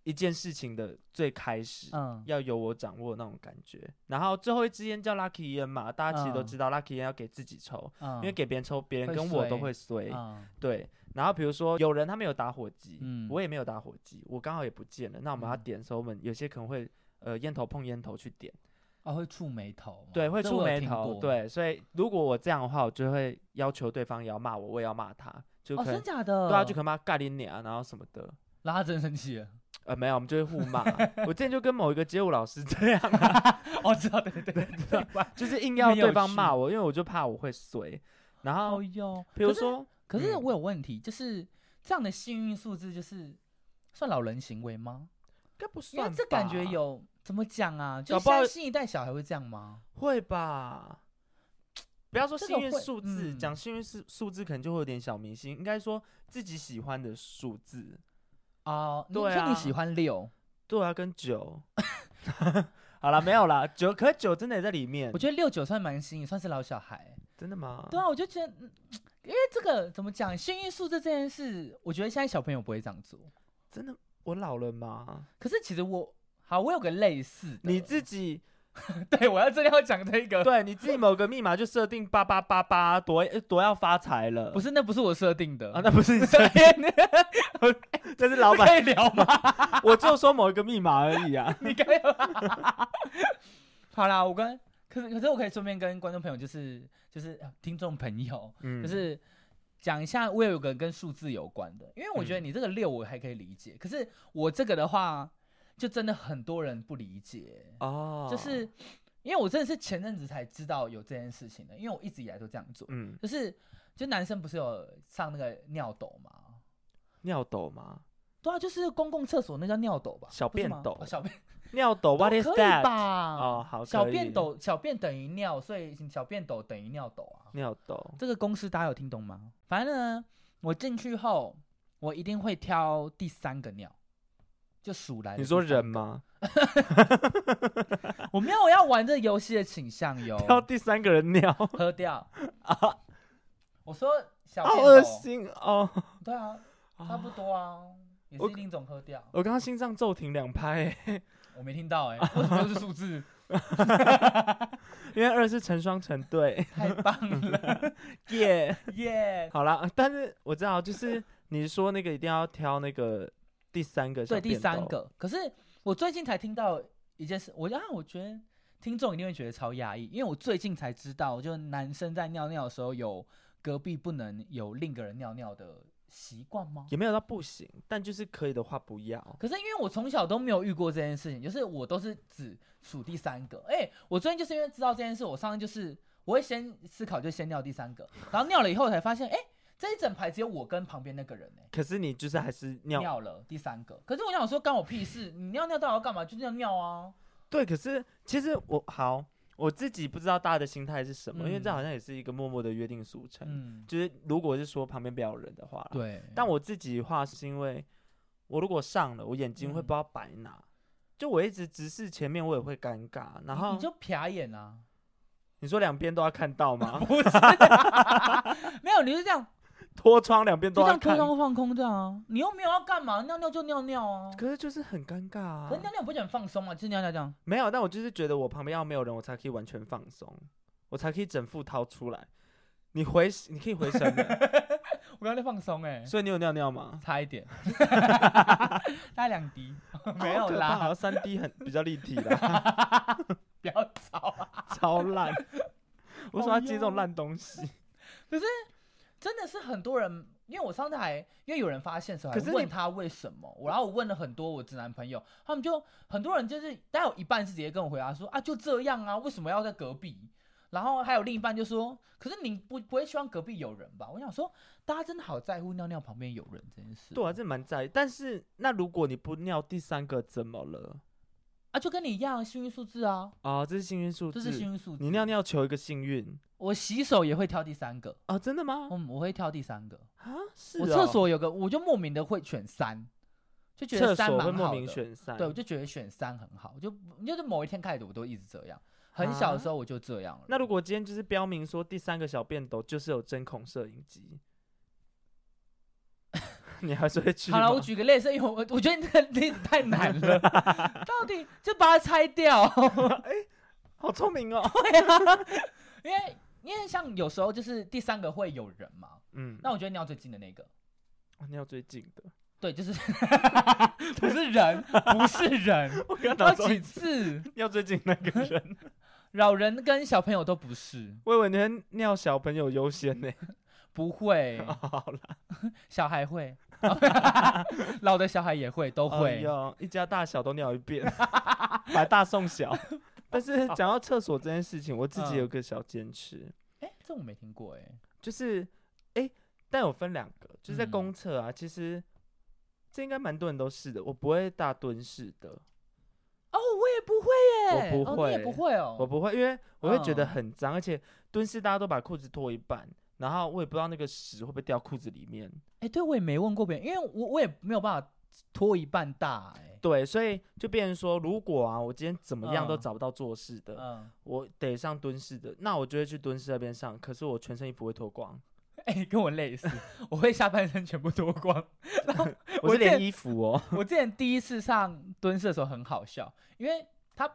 Speaker 2: 一件事情的最开始。
Speaker 1: 嗯
Speaker 2: 要由我掌握那种感觉，然后最后一支烟叫 lucky 烟嘛，大家其实都
Speaker 1: 嗯
Speaker 2: 知道 lucky 烟要给自己抽，
Speaker 1: 嗯，
Speaker 2: 因为给别人抽，别人
Speaker 1: 会
Speaker 2: 跟我都
Speaker 1: 衰
Speaker 2: 会衰。
Speaker 1: 嗯
Speaker 2: 对，然后比如说有人他没有打火机，
Speaker 1: 嗯
Speaker 2: 我也没有打火机，我刚好也不见了，那我们要
Speaker 1: 嗯
Speaker 2: 点的时候，我们有些可能会呃烟头碰烟头去点，
Speaker 1: 哦会触眉头嘛，
Speaker 2: 对，会
Speaker 1: 这
Speaker 2: 触
Speaker 1: 我有
Speaker 2: 眉
Speaker 1: 听
Speaker 2: 头，
Speaker 1: 过，
Speaker 2: 对，所以如果我这样的话，我就会要求对方也要骂我，我也要骂他，就
Speaker 1: 哦
Speaker 2: 可能、
Speaker 1: 真假的，
Speaker 2: 对啊，就可能骂干你娘，然后什么的。
Speaker 1: 然后他真的生气了，
Speaker 2: 呃，没有，我们就会互骂。我之前就跟某一个街舞老师这样啊、
Speaker 1: 哦知道对对对，
Speaker 2: 就是硬要
Speaker 1: 很有
Speaker 2: 对方
Speaker 1: 趣
Speaker 2: 骂我，因为我就怕我会衰。然 后
Speaker 1: 哦哟，
Speaker 2: 比如
Speaker 1: 可是
Speaker 2: 说，
Speaker 1: 可是
Speaker 2: 嗯
Speaker 1: 我有问题，就是这样的幸运数字就是算老人行为吗？
Speaker 2: 应该不
Speaker 1: 因为
Speaker 2: 算，
Speaker 1: 这感觉有怎么讲啊？就
Speaker 2: 搞不
Speaker 1: 现
Speaker 2: 好
Speaker 1: 在新一代小孩会这样吗？
Speaker 2: 会吧？不要说
Speaker 1: 这
Speaker 2: 幸
Speaker 1: 个
Speaker 2: 运
Speaker 1: 会
Speaker 2: 数字，
Speaker 1: 嗯
Speaker 2: 讲幸运数数字可能就会有点小迷信，应该说自己喜欢的数字，
Speaker 1: 哦，你
Speaker 2: 对
Speaker 1: 说
Speaker 2: 啊
Speaker 1: 你喜欢六，
Speaker 2: 对啊，跟九。 好了，没有啦，九，可是九真的也在里面
Speaker 1: 我。觉得六九算蛮新，也算是老小孩。
Speaker 2: 真的吗？
Speaker 1: 对啊，我就觉得，嗯因为这个怎么讲，幸运数字这件事，我觉得现在小朋友不会这样做。
Speaker 2: 真的，我老了吗？
Speaker 1: 可是其实我，好，我有个类似的，
Speaker 2: 你自己
Speaker 1: 对我要真的要讲这个，
Speaker 2: 对你自己某个密码就设定八八八八，多呃多要发财了。
Speaker 1: 不是，那不是我设定的
Speaker 2: 啊，那不是你 设
Speaker 1: 所 以
Speaker 2: 定，这是老板
Speaker 1: 可以聊吗？
Speaker 2: 我就说某一个密码而已啊。
Speaker 1: 你该 好啦，我跟可是可是我可以顺便跟观众朋友，就是就是呃听众朋友，
Speaker 2: 嗯
Speaker 1: 就是讲一下，我有个跟数字有关的，因为我觉得
Speaker 2: 嗯
Speaker 1: 你这个六我还可以理解，可是我这个的话，就真的很多人不理解，
Speaker 2: 哦，
Speaker 1: 就是因为我真的是前阵子才知道有这件事情的，因为我一直以来都这样做，
Speaker 2: 嗯，
Speaker 1: 就是就男生不是有上那个尿斗吗？
Speaker 2: 尿斗吗？
Speaker 1: 对啊，就是公共厕所那叫尿斗吧，
Speaker 2: 小
Speaker 1: 不是
Speaker 2: 便
Speaker 1: 吗
Speaker 2: 斗
Speaker 1: 哦小便
Speaker 2: 尿
Speaker 1: 都
Speaker 2: 斗，What is
Speaker 1: 可以
Speaker 2: that？
Speaker 1: 吧？
Speaker 2: 哦，好，
Speaker 1: 小
Speaker 2: 可以
Speaker 1: 便斗，小便等于尿，所以小便斗等于尿斗啊。
Speaker 2: 尿斗，
Speaker 1: 这个公式大家有听懂吗？反正呢，我进去后，我一定会挑第三个尿，就数来的
Speaker 2: 你
Speaker 1: 第
Speaker 2: 说
Speaker 1: 三个
Speaker 2: 人？吗？
Speaker 1: 我没有要玩这游戏的倾向哟。
Speaker 2: 挑第三个人尿，
Speaker 1: 喝掉
Speaker 2: 啊！
Speaker 1: 我说小
Speaker 2: 好
Speaker 1: 便
Speaker 2: 恶
Speaker 1: 斗，
Speaker 2: 心哦！
Speaker 1: 对啊，差不
Speaker 2: 啊
Speaker 1: 多啊，也
Speaker 2: 我
Speaker 1: 是另一种喝掉。
Speaker 2: 我刚刚心脏骤停两拍欸，
Speaker 1: 我没听到哎、 为什么又是数字？，
Speaker 2: 因为二是成双成对
Speaker 1: 太棒 了，
Speaker 2: 耶！
Speaker 1: 耶、
Speaker 2: 好啦，但是我知道，就是你说那个一定要挑那个第三个，
Speaker 1: 对，第三，个。可是我最近才听到一件事，我啊，我觉得听众一定会觉得超压抑，因为我最近才知道，就是男生在尿尿的时候有隔壁不能有另一个人尿尿的习惯吗？
Speaker 2: 也没有到不行，但就是可以的话不要。
Speaker 1: 可是因为我从小都没有遇过这件事情，就是我都是只数第三个。哎、我最近就是因为知道这件事，我上次就是我会先思考，就先尿第三个，然后尿了以后才发现，哎、这一整排只有我跟旁边那个人呢、
Speaker 2: 可是你就是还是尿
Speaker 1: 尿了第三个。可是我想说，干我屁事！你尿尿到底要干嘛？就尿尿啊。
Speaker 2: 对，可是其实我好我自己不知道大家的心态是什么，因为这
Speaker 1: 嗯
Speaker 2: 好像也是一个默默的约定俗成。
Speaker 1: 嗯，
Speaker 2: 就是如果是说旁边不要有人的话啦，
Speaker 1: 对。
Speaker 2: 但我自己的话是因为我如果上了，我眼睛会
Speaker 1: 嗯
Speaker 2: 不知道摆哪，就我一直直视前面，我也会尴尬。然
Speaker 1: 你
Speaker 2: 后
Speaker 1: 你就瞟眼啊，
Speaker 2: 你说两边都要看到吗？
Speaker 1: 不是，没有，你就这样，
Speaker 2: 脱窗两边
Speaker 1: 就
Speaker 2: 都
Speaker 1: 这
Speaker 2: 要
Speaker 1: 样脱
Speaker 2: 看，
Speaker 1: 窗放空这样啊。你又没有要干嘛，尿尿就尿尿啊。
Speaker 2: 可是就是很尴尬啊
Speaker 1: 可是。尿尿不是很放松吗？就是尿尿这样。
Speaker 2: 没有，但我就是觉得我旁边要没有人，我才可以完全放松，我才可以整副掏出来。你回，你可以回神 的，
Speaker 1: 我刚才在放松哎、
Speaker 2: 所以你有尿尿吗？
Speaker 1: 差一 点，大概两滴，没有
Speaker 2: 好可怕好
Speaker 1: 啦，
Speaker 2: 像三 D 很比较立体啦，
Speaker 1: 不要吵啊。
Speaker 2: 超烂。为什么要接这
Speaker 1: 好
Speaker 2: 种
Speaker 1: 呀
Speaker 2: 烂东西？
Speaker 1: 真的是很多人，因为我上次还因为有人发现的时候，
Speaker 2: 可是
Speaker 1: 还
Speaker 2: 你
Speaker 1: 问他为什么，我然后我问了很多我直男朋友，他们就很多人就是，大概有一半是直接跟我回答说啊就这样啊，为什么要在隔壁？然后还有另一半就说，可是你不不会希望隔壁有人吧？我想说，大家真的好在乎尿尿旁边有人这件事，
Speaker 2: 对我还是蛮在意。但是那如果你不尿第三个怎么了？
Speaker 1: 啊，就跟你一样幸运数字啊，
Speaker 2: 啊、这是幸运数
Speaker 1: 这
Speaker 2: 字。
Speaker 1: 是幸运数字。
Speaker 2: 你尿，尿求一个幸运
Speaker 1: 我洗手也会挑第三个，
Speaker 2: 啊、真的吗？
Speaker 1: 嗯，我会挑第三个。
Speaker 2: 啊，是、哦、
Speaker 1: 我厕所有个，我就莫名的会选三，就觉得
Speaker 2: 厕
Speaker 1: 三
Speaker 2: 所会
Speaker 1: 蛮
Speaker 2: 莫
Speaker 1: 好
Speaker 2: 名
Speaker 1: 的。
Speaker 2: 选三，
Speaker 1: 对，我就觉得选三很好，就就是某一天开始我都一直这样，很小的时候我就这样了。
Speaker 2: 啊那如果今天就是标明说第三个小便斗就是有针孔摄影机， 你还是会去
Speaker 1: 好了，
Speaker 2: 吗
Speaker 1: 我举个类似，因为我我觉得你这个例子太难 了，到底就把它拆掉。
Speaker 2: 好聪明哦。
Speaker 1: 因为因为像有时候就是第三个会有人嘛，
Speaker 2: 嗯，
Speaker 1: 那我觉得尿最近的那个，
Speaker 2: 我尿最近的，
Speaker 1: 对，就是 不是人，不是 人，
Speaker 2: 我刚
Speaker 1: 要
Speaker 2: 脑中
Speaker 1: 几次
Speaker 2: 尿最近那个人，
Speaker 1: 老人跟小朋友都不是，
Speaker 2: 我以为你会尿小朋友优 先呢、，
Speaker 1: 不会
Speaker 2: 好了，
Speaker 1: 小孩会， 老的小孩也会，都
Speaker 2: 哎
Speaker 1: 会。
Speaker 2: 呦，一家大小都尿 一遍，把大送小。但是讲到厕所这件事情，我自己
Speaker 1: 嗯
Speaker 2: 有个小坚持，
Speaker 1: 哎、这我没听过哎、
Speaker 2: 就是，哎、但有分两个，就是在
Speaker 1: 嗯
Speaker 2: 公厕啊，其实这应该蛮多人都是的，我不会大蹲式的，
Speaker 1: 哦，我也不
Speaker 2: 我
Speaker 1: 会耶，
Speaker 2: 不
Speaker 1: 哦、你也不会哦，
Speaker 2: 我不会，因为我会觉得
Speaker 1: 嗯
Speaker 2: 很脏，而且蹲式大家都把裤子脱一半，然后我也不知道那个屎会不会掉裤子里面，
Speaker 1: 哎、对我也没问过别人，因为我我也没有办法拖一半大哎、
Speaker 2: 对，所以就变成说，如果啊，我今天怎么样都
Speaker 1: 嗯
Speaker 2: 找不到做事的，
Speaker 1: 嗯，
Speaker 2: 我得上蹲式的，那我就会去蹲式那边上，可是我全身衣服会 脱光，
Speaker 1: 哎、跟我类似， 我会下半身全部脱光。我
Speaker 2: 我是
Speaker 1: 之
Speaker 2: 连
Speaker 1: 前
Speaker 2: 衣 服哦，
Speaker 1: 我之前第一次上蹲式的时候很好笑，因为他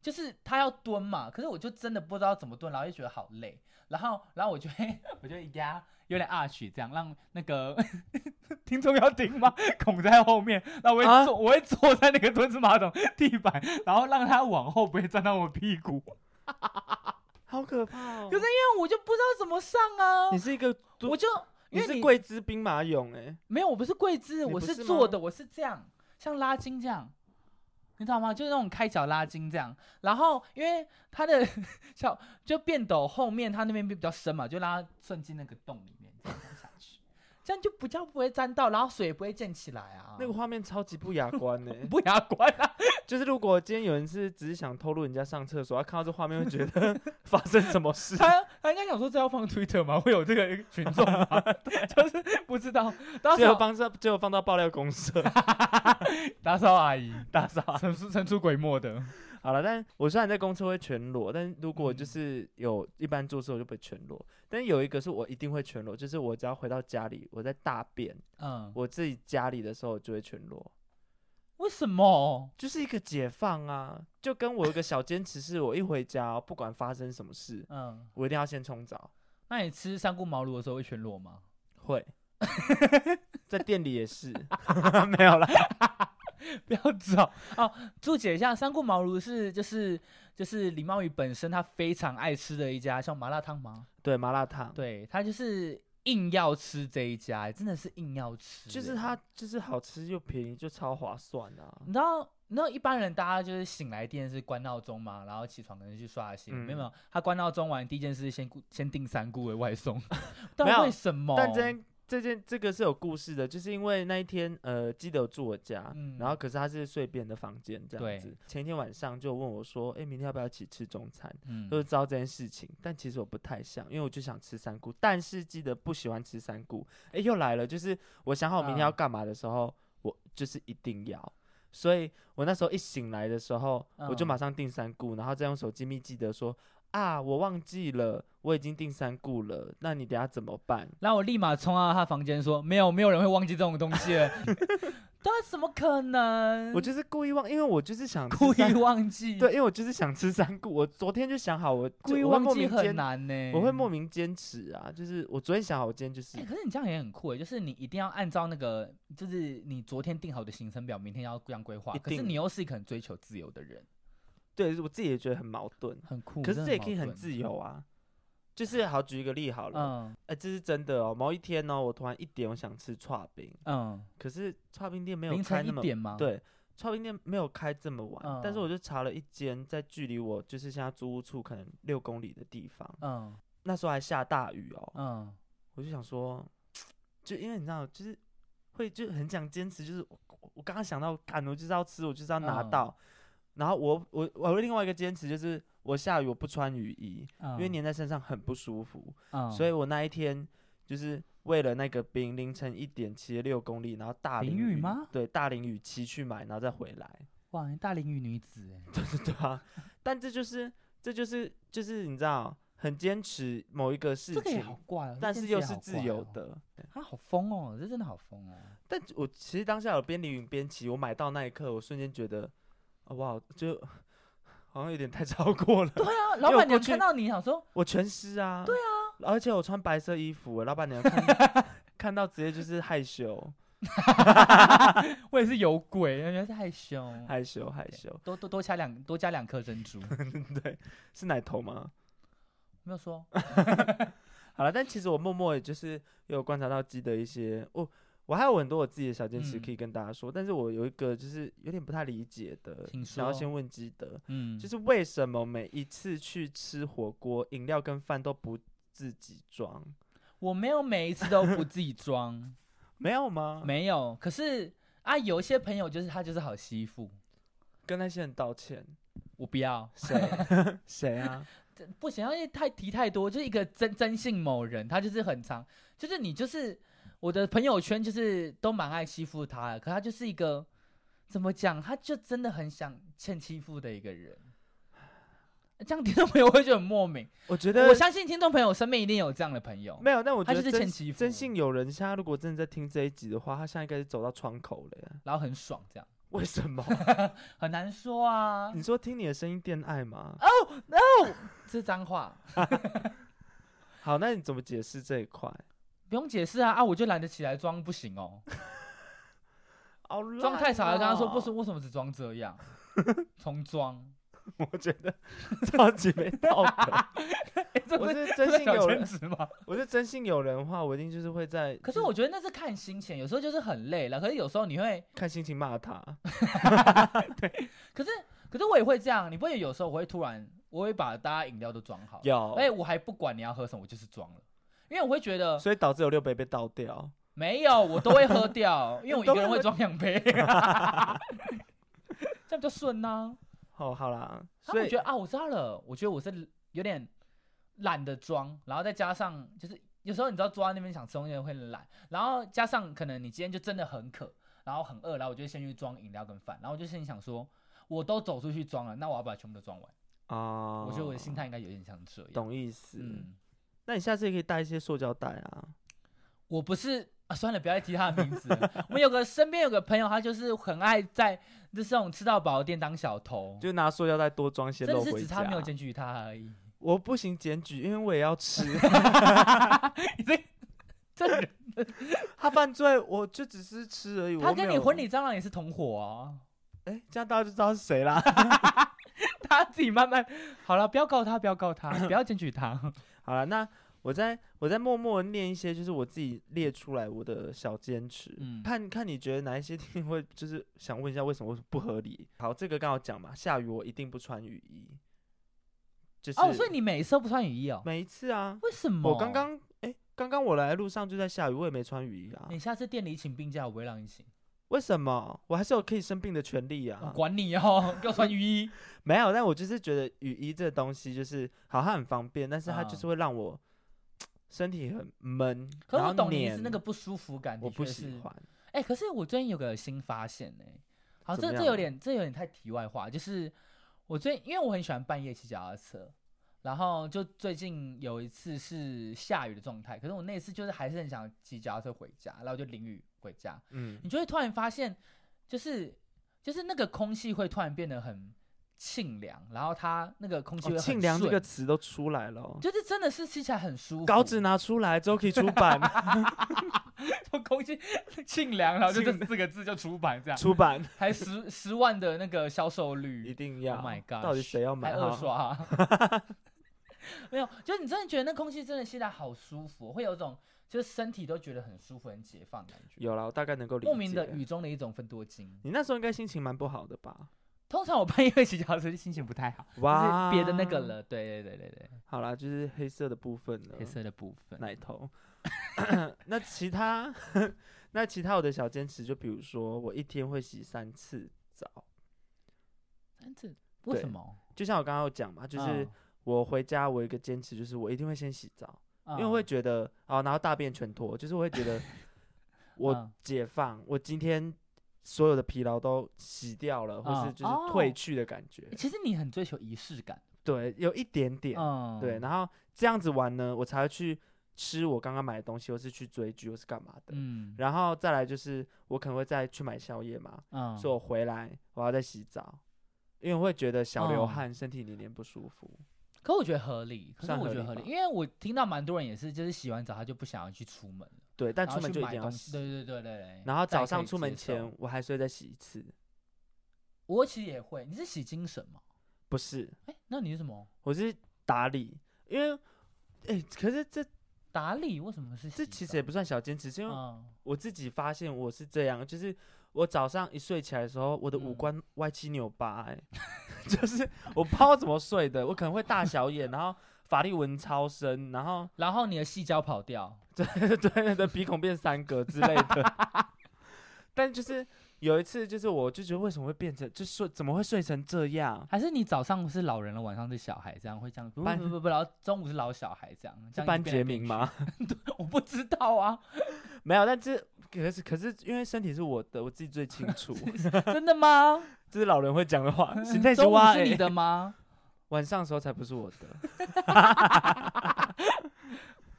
Speaker 1: 就是他要蹲嘛，可是我就真的不知道怎么蹲，然后就觉得好累，然后然后我就会我就会压有点 arch 这样，让那个听众要听吗？孔在后面，那我会
Speaker 2: 啊
Speaker 1: 坐、我会坐在那个蹲式马桶地板，然后让它往后不会沾到我屁股，
Speaker 2: 好可怕哦。
Speaker 1: 可是因为我就不知道怎么上啊
Speaker 2: 你，是一个蹲，
Speaker 1: 我就因
Speaker 2: 你
Speaker 1: 为
Speaker 2: 是
Speaker 1: 你
Speaker 2: 跪姿兵马俑哎、
Speaker 1: 没有，我不是跪姿，
Speaker 2: 你
Speaker 1: 我
Speaker 2: 不
Speaker 1: 是
Speaker 2: 是
Speaker 1: 坐
Speaker 2: 吗
Speaker 1: 的，我是这样，像拉筋这样，你知道吗？就是那种开脚拉筋这样。然后因为他的 小就变斗后面，他那边比较深嘛，就让它顺进那个洞里面这样下去，这样就比较不会沾到，然后水也不会溅起来啊。
Speaker 2: 那个画面超级不雅观哎、
Speaker 1: 不牙关啊，
Speaker 2: 就是如果今天有人是只是想偷录人家上厕所，他看到这画面会觉 得发生什么事，
Speaker 1: 他他应该想说这要放 Twitter 吗？会有这个群众 吗？就是不知道，打
Speaker 2: 最后
Speaker 1: 扫
Speaker 2: 放上最后放到爆料 公社
Speaker 1: 打扫阿姨，
Speaker 2: 打扫。
Speaker 1: 神出神出鬼没的。
Speaker 2: 好了，但我虽然在公车会全裸，但如果
Speaker 1: 嗯
Speaker 2: 就是有一般做事我就不会全裸，但有一个是我一定会全裸，就是我只要回到家里，我在大便，
Speaker 1: 嗯，
Speaker 2: 我自己家里的时候我就会全裸，
Speaker 1: 为什么？
Speaker 2: 就是一个解放啊！就跟我有一个小坚持，是我一回家哦不管发生什么事，
Speaker 1: 嗯。
Speaker 2: 我一定要先冲澡，
Speaker 1: 那你吃三顾茅庐的时候会全裸吗？
Speaker 2: 会。 在店里也是， 没有啦，
Speaker 1: 不要找哦，注解一下，三顾茅庐是就是就是李茂宇本身他非常爱吃的一家，像麻辣烫吗？
Speaker 2: 对麻辣烫，
Speaker 1: 对，他就是硬要吃这一家、真的是硬要吃、
Speaker 2: 就是
Speaker 1: 欸
Speaker 2: 它就是好吃又便宜，就超划算啊！
Speaker 1: 你知道，你知道一般人大家就是醒来第一件事关闹钟嘛，然后起床可能去刷牙洗脸，没有
Speaker 2: 嗯
Speaker 1: 没有，他关闹钟完第一件事先顾先订三顾为外 送，但
Speaker 2: 没有
Speaker 1: 为什么？
Speaker 2: 但这件这件这个是有故事的，就是因为那一天呃，基德有住我家，
Speaker 1: 嗯
Speaker 2: 然后可是他是睡别人的房间这
Speaker 1: 对
Speaker 2: 样子。前一天晚上就问我说：“哎、明天要不要一起吃中餐？”
Speaker 1: 嗯
Speaker 2: 都知道这件事情，但其实我不太想，因为我就想吃三菇，但是记得不喜欢吃三菇。哎、又来了，就是我想好我明天要
Speaker 1: 嗯
Speaker 2: 干嘛的时候，我就是一定要。所以我那时候一醒来的时候，我就
Speaker 1: 嗯
Speaker 2: 马上订三菇，然后再用手机密记得说啊，我忘记了，我已经订三菇了，那你等下怎么办？
Speaker 1: 然后我立马冲到他房间说：“没有，没有人会忘记这种东西 了。”但怎么可能？
Speaker 2: 我就是故意忘，因为我就是想吃
Speaker 1: 故意
Speaker 2: 三
Speaker 1: 忘记，
Speaker 2: 对，，因为我就是想吃三菇。我昨天就想好，我
Speaker 1: 故意
Speaker 2: 我会
Speaker 1: 忘
Speaker 2: 莫
Speaker 1: 记
Speaker 2: 名
Speaker 1: 很
Speaker 2: 坚，
Speaker 1: 难欸呢、
Speaker 2: 我会莫名坚持啊，就是我昨天想好，我今天就是
Speaker 1: 哎、可是你这样也很酷哎，就是你一定要按照那个，就是你昨天定好的行程表，明天要这样规划。
Speaker 2: 一
Speaker 1: 可是
Speaker 2: 定
Speaker 1: 你又是一个很追求自由的人，
Speaker 2: 对我自己也觉得很矛盾。
Speaker 1: 很酷。
Speaker 2: 可
Speaker 1: 嗯真
Speaker 2: 是
Speaker 1: 的
Speaker 2: 这也可以
Speaker 1: 矛
Speaker 2: 很
Speaker 1: 盾
Speaker 2: 自。由啊，就是好举一个例好了，
Speaker 1: 嗯
Speaker 2: 哎、这是真的哦。某一天呢、我突然一点我想吃串冰，
Speaker 1: 嗯，
Speaker 2: 可是串冰店没有
Speaker 1: 凌
Speaker 2: 开
Speaker 1: 晨
Speaker 2: 那
Speaker 1: 一
Speaker 2: 么
Speaker 1: 点吗？，
Speaker 2: 对，串冰店没有开这么晚，但是
Speaker 1: 嗯
Speaker 2: 我就查了一间在距离我就是现在租屋处可能六公里的地方，
Speaker 1: 嗯
Speaker 2: 那时候还下大雨哦，
Speaker 1: 嗯，
Speaker 2: 我就想说，就因为你知道，就是会就很想坚持，就是我我刚刚想到，干，我就是要吃，我就是要拿
Speaker 1: 嗯
Speaker 2: 到。然后我我我有另外一个坚持就是，我下雨我不穿雨衣，因为
Speaker 1: 嗯
Speaker 2: 粘在身上很不舒服，
Speaker 1: 嗯
Speaker 2: 所以我那一天就是为了那个冰，凌晨一点骑了六公里，然后大
Speaker 1: 淋
Speaker 2: 淋
Speaker 1: 雨吗
Speaker 2: 对，大淋雨骑去买，然后再回来，
Speaker 1: 哇，你大龄女女子哎，
Speaker 2: 对对对啊。但这就是这就是就是你知道，很坚持某一个事
Speaker 1: 这个也
Speaker 2: 情，
Speaker 1: 好怪哦，这
Speaker 2: 但
Speaker 1: 件
Speaker 2: 是
Speaker 1: 事
Speaker 2: 又
Speaker 1: 也
Speaker 2: 是
Speaker 1: 好
Speaker 2: 自
Speaker 1: 怪
Speaker 2: 由
Speaker 1: 哦。
Speaker 2: 的。
Speaker 1: 他好疯哦，这真的好疯哦。
Speaker 2: 但我其实当下有边淋雨边骑，我买到那一刻，我瞬间觉得，哦哇，就好像有点太超过了。
Speaker 1: 对 啊，
Speaker 2: 因
Speaker 1: 老
Speaker 2: 为我
Speaker 1: 板娘
Speaker 2: 过
Speaker 1: 看
Speaker 2: 去
Speaker 1: 到你想说，
Speaker 2: 我全湿啊。对啊，而且我穿白色衣服，老板娘看看到直接就是害羞，
Speaker 1: 我也是有鬼，原来是害羞，
Speaker 2: 害羞，害羞。
Speaker 1: 多多多加两多加两颗珍 珠，
Speaker 2: 对，是奶头吗？
Speaker 1: 没有 说，
Speaker 2: 好了，但其实我默默也就是有观察到鸡的一些，哦，我还有很多我自己的小坚持
Speaker 1: 嗯
Speaker 2: 可以跟大家说，但是我有一个就是有点不太理解的
Speaker 1: 请，
Speaker 2: 想要
Speaker 1: 说
Speaker 2: 先问基德，
Speaker 1: 嗯，
Speaker 2: 就是为什么每一次去吃火锅，饮料跟饭都不自己装？
Speaker 1: 我没有每一次都不自己 装，
Speaker 2: 没有吗？
Speaker 1: 没有。可是啊，有一些朋友就是他就是好欺负，
Speaker 2: 跟那些人 道歉，
Speaker 1: 我不要，
Speaker 2: 谁谁啊？
Speaker 1: 这不行，因为太提太多，就是一个真真性某人，他就是很长，就是你就是我的朋友圈就是都蛮爱欺负他的，可他就是一个怎么讲，他就真的很想欠欺负的一个人。这样听众朋友会觉得很莫名，
Speaker 2: 我觉得
Speaker 1: 我相信听众朋友身边一定有这样的朋友，
Speaker 2: 没有，但我
Speaker 1: 他
Speaker 2: 觉
Speaker 1: 就是
Speaker 2: 得真
Speaker 1: 欠欺负
Speaker 2: 真信有人，现在如果真的在听这一集的话，他现在应该是走到窗口了耶。
Speaker 1: 然后很爽，这样
Speaker 2: 为什么？
Speaker 1: 很难说啊。
Speaker 2: 你说听你的声音恋爱吗？
Speaker 1: 这脏话
Speaker 2: 好，那你怎么解释这一块？
Speaker 1: 不用解释啊啊！我就懒得起来装，不行哦，
Speaker 2: 好
Speaker 1: 装太少了。
Speaker 2: 烂
Speaker 1: 跟他说
Speaker 2: 哦
Speaker 1: 不是，，为什么只装这样？ 重装，
Speaker 2: 我觉得超级没 道德。
Speaker 1: 哎这
Speaker 2: 我
Speaker 1: 是
Speaker 2: 是
Speaker 1: 这
Speaker 2: 真
Speaker 1: 是
Speaker 2: 信
Speaker 1: 小
Speaker 2: 有
Speaker 1: 圈
Speaker 2: 人，嗯
Speaker 1: 子吗？
Speaker 2: 我是真信有人的话，我一定就是会在。
Speaker 1: 可是我觉得那是看心情，有时候就是很累了，可是有时候你会，
Speaker 2: 看心情骂他。
Speaker 1: 可是可是我也会这样，你不会有时候我会突然，我会把大家饮料都装好，
Speaker 2: 有，
Speaker 1: 哎，我还不管你要喝什么，我就是装了。因为我会觉得
Speaker 2: 所以导致有六杯被倒掉。
Speaker 1: 没有，我都会喝 掉，因为我一个
Speaker 2: 你
Speaker 1: 人
Speaker 2: 都
Speaker 1: 会
Speaker 2: 会喝
Speaker 1: 装两杯， 这样比较顺呐、
Speaker 2: 哦，好啦，
Speaker 1: 他
Speaker 2: 所
Speaker 1: 们
Speaker 2: 以
Speaker 1: 觉得啊，我知道了，我觉得我是有点懒得装，然后再加上就是有时候你知道坐在那边想吃东西会懒，然后加上可能你今天就真的很渴，然后很饿，然后我就先去装饮料跟饭，然后我就心里想说，我都走出去装了，那我要把全部都装完。
Speaker 2: 啊，
Speaker 1: 我觉得我的心态应该有点像这样。
Speaker 2: 懂意思。
Speaker 1: 嗯，
Speaker 2: 那你下次也可以带一些塑胶袋啊。
Speaker 1: 我不是。啊、算了，不要再提他的名字了。 我们有个身边有个朋友，他就是很爱在就是这种吃到饱的店当小偷，
Speaker 2: 就拿塑胶袋多装一些
Speaker 1: 真的
Speaker 2: 肉
Speaker 1: 是
Speaker 2: 回
Speaker 1: 只
Speaker 2: 家。
Speaker 1: 差没有检举他而 已。
Speaker 2: 我不行检举，因为我也要吃。
Speaker 1: 你这这人
Speaker 2: 他犯罪，我就只是吃而已。
Speaker 1: 他
Speaker 2: 我
Speaker 1: 跟
Speaker 2: 没
Speaker 1: 你
Speaker 2: 有
Speaker 1: 婚，礼蟑螂也是同伙 啊，
Speaker 2: 哎、这样大家就知道是谁啦。
Speaker 1: 他自己慢慢好了，不要告他，不要告他，不要检举他。
Speaker 2: 好了，那我在我在默默地念一些，就是我自己列出来我的小坚持，
Speaker 1: 嗯
Speaker 2: 看看你觉得哪一些地方会，就是想问一下为什么不合理？好，这个刚好讲嘛，下雨我一定不穿雨衣，就是
Speaker 1: 哦，所以你每次都不穿雨衣哦？
Speaker 2: 每一次啊，
Speaker 1: 为什么？
Speaker 2: 我刚刚哎，刚刚我来的路上就在下雨，我也没穿雨衣啊
Speaker 1: 你，下次店里请病假，我不会让你请，
Speaker 2: 为什么？我还是有可以生病的权利
Speaker 1: 我
Speaker 2: 啊，
Speaker 1: 管你哦，给我穿雨 衣。
Speaker 2: 没有，但我就是觉得雨衣这个东西就是好，它很方便，但是它就
Speaker 1: 嗯
Speaker 2: 是会让我身体很闷，
Speaker 1: 可是
Speaker 2: 然
Speaker 1: 我
Speaker 2: 后
Speaker 1: 懂你是
Speaker 2: 黏
Speaker 1: 那个不舒服感，
Speaker 2: 我
Speaker 1: 的
Speaker 2: 不
Speaker 1: 确
Speaker 2: 喜
Speaker 1: 是。
Speaker 2: 欢。
Speaker 1: 哎、可是我最近有个新发现呢、好，
Speaker 2: 怎
Speaker 1: 这
Speaker 2: 么
Speaker 1: 这
Speaker 2: 样啊
Speaker 1: 有点这有点太题外话，就是我最因为我很喜欢半夜骑脚踏车，然后就最近有一次是下雨的状态，可是我那次就是还是很想骑脚踏车回家，然后就淋雨回家，
Speaker 2: 嗯
Speaker 1: 你就会突然发现，就是就是那个空气会突然变得很清凉，然后它那个空气
Speaker 2: 哦
Speaker 1: 会很
Speaker 2: 沁凉这个
Speaker 1: 顺
Speaker 2: 词都出来了哦，
Speaker 1: 就是真的是骑起来很舒服，
Speaker 2: 稿纸拿出来之后可以出 版，
Speaker 1: 空气 清凉，然后就这
Speaker 2: 沁
Speaker 1: 四个字就出版这样，
Speaker 2: 出版
Speaker 1: 还十十万的那个销售
Speaker 2: 一
Speaker 1: 率，
Speaker 2: 定要。
Speaker 1: Oh my gosh，
Speaker 2: 到底谁要
Speaker 1: 还
Speaker 2: 买？
Speaker 1: 二
Speaker 2: 好
Speaker 1: 刷、没有，就是你真的觉得那空气真的吸来好舒服，会有一种就是身体都觉得很舒服、很解放的感觉。
Speaker 2: 有了，我大概能够理解。
Speaker 1: 莫名的雨中的一种分多精。
Speaker 2: 你那时候应该心情蛮不好的吧？
Speaker 1: 通常我半夜骑脚踏车就心情不太好，就是
Speaker 2: 哇，
Speaker 1: 别的那个。了。对对对对对，
Speaker 2: 好啦，就是黑色的部分了，
Speaker 1: 黑色的部分。
Speaker 2: 奶 头。 那其他， 那其他我的小坚持，就比如说我一天会洗三次澡，
Speaker 1: 但是为
Speaker 2: 对
Speaker 1: 什么？
Speaker 2: 就像我刚刚有讲嘛，就是我回家我有一个坚持，就是我一定会先洗澡。
Speaker 1: 嗯，
Speaker 2: 因为我会觉得啊，然后大便全脱，就是我会 觉得我
Speaker 1: 嗯
Speaker 2: 解放，我今天所有的疲劳都洗掉了，或
Speaker 1: 嗯
Speaker 2: 是就是
Speaker 1: 哦
Speaker 2: 褪去的感觉
Speaker 1: 嗯。其实你很追求仪式感。
Speaker 2: 对，有一点点。
Speaker 1: 嗯，
Speaker 2: 对，然后这样子玩呢，我才会去吃我刚刚买的东西，或是去追剧，或是干嘛的。
Speaker 1: 嗯
Speaker 2: 然后再来就是我可能会再去买宵夜嘛，
Speaker 1: 嗯，
Speaker 2: 所以我回来我要再洗澡，因为我会觉得小流
Speaker 1: 哦
Speaker 2: 汗，身体黏黏不舒服。
Speaker 1: 可我觉得合理，可是
Speaker 2: 算
Speaker 1: 我
Speaker 2: 合
Speaker 1: 觉得
Speaker 2: 理
Speaker 1: 合理，
Speaker 2: 吧
Speaker 1: 因为我听到蛮多人也是，就是洗完澡他就不想要去出门了，
Speaker 2: 对，但
Speaker 1: 然
Speaker 2: 出
Speaker 1: 后
Speaker 2: 门
Speaker 1: 去
Speaker 2: 就一
Speaker 1: 买
Speaker 2: 定要
Speaker 1: 东西。
Speaker 2: 洗。
Speaker 1: 对对对对对。
Speaker 2: 然后
Speaker 1: 这样也
Speaker 2: 早
Speaker 1: 可
Speaker 2: 上
Speaker 1: 以
Speaker 2: 出门
Speaker 1: 接受
Speaker 2: 前，我还是会再洗一次。
Speaker 1: 我其实也会。你是洗精神吗？
Speaker 2: 不是，
Speaker 1: 哎，那你是什么
Speaker 2: 我是打理，因为，哎、可是这
Speaker 1: 打理？为什么是洗澡？
Speaker 2: 这其实也不算小坚持，是因为
Speaker 1: 嗯
Speaker 2: 我自己发现我是这样，就是我早上一睡起来的时候，我的五
Speaker 1: 嗯
Speaker 2: 官歪七扭八、哎、 就是我不知道怎么睡的，我可能会大小眼，然后法令纹超深，然后
Speaker 1: 然后你的细胶跑掉，
Speaker 2: 对 对对，鼻孔变三格之类的。 但就是有一次，就是我就觉得为什么会变成，就睡怎么会睡成这样？
Speaker 1: 还是你早上是老人了，晚上是小孩，这样会这样？不不
Speaker 2: 班
Speaker 1: 不不，然后中午是老小孩这样？这
Speaker 2: 是
Speaker 1: 样
Speaker 2: 班
Speaker 1: 一直变来
Speaker 2: 杰
Speaker 1: 变
Speaker 2: 明
Speaker 1: 去？
Speaker 2: 吗？
Speaker 1: 我不知道啊，
Speaker 2: 没有，但这可是可是因为身体是我的，我自己最清 楚。
Speaker 1: 真的吗？
Speaker 2: 这是老人会讲的话，心态是
Speaker 1: 嗯中午
Speaker 2: 挖
Speaker 1: 是你
Speaker 2: 欸
Speaker 1: 的吗
Speaker 2: 晚上的时候才不是我的。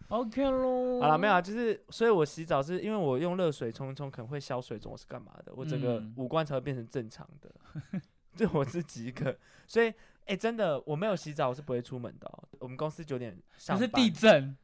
Speaker 1: ？OK 喽。
Speaker 2: 好了，没有啊，就是所以我洗澡是因为我用热水冲一冲，可能会消水肿，我是干嘛的？我整个
Speaker 1: 嗯
Speaker 2: 五官才会变成正常的。 这、我自己一个，所以哎、欸真的我没有洗澡我是不会出门的哦、我们公司九点上
Speaker 1: 可是
Speaker 2: 班，
Speaker 1: 地震。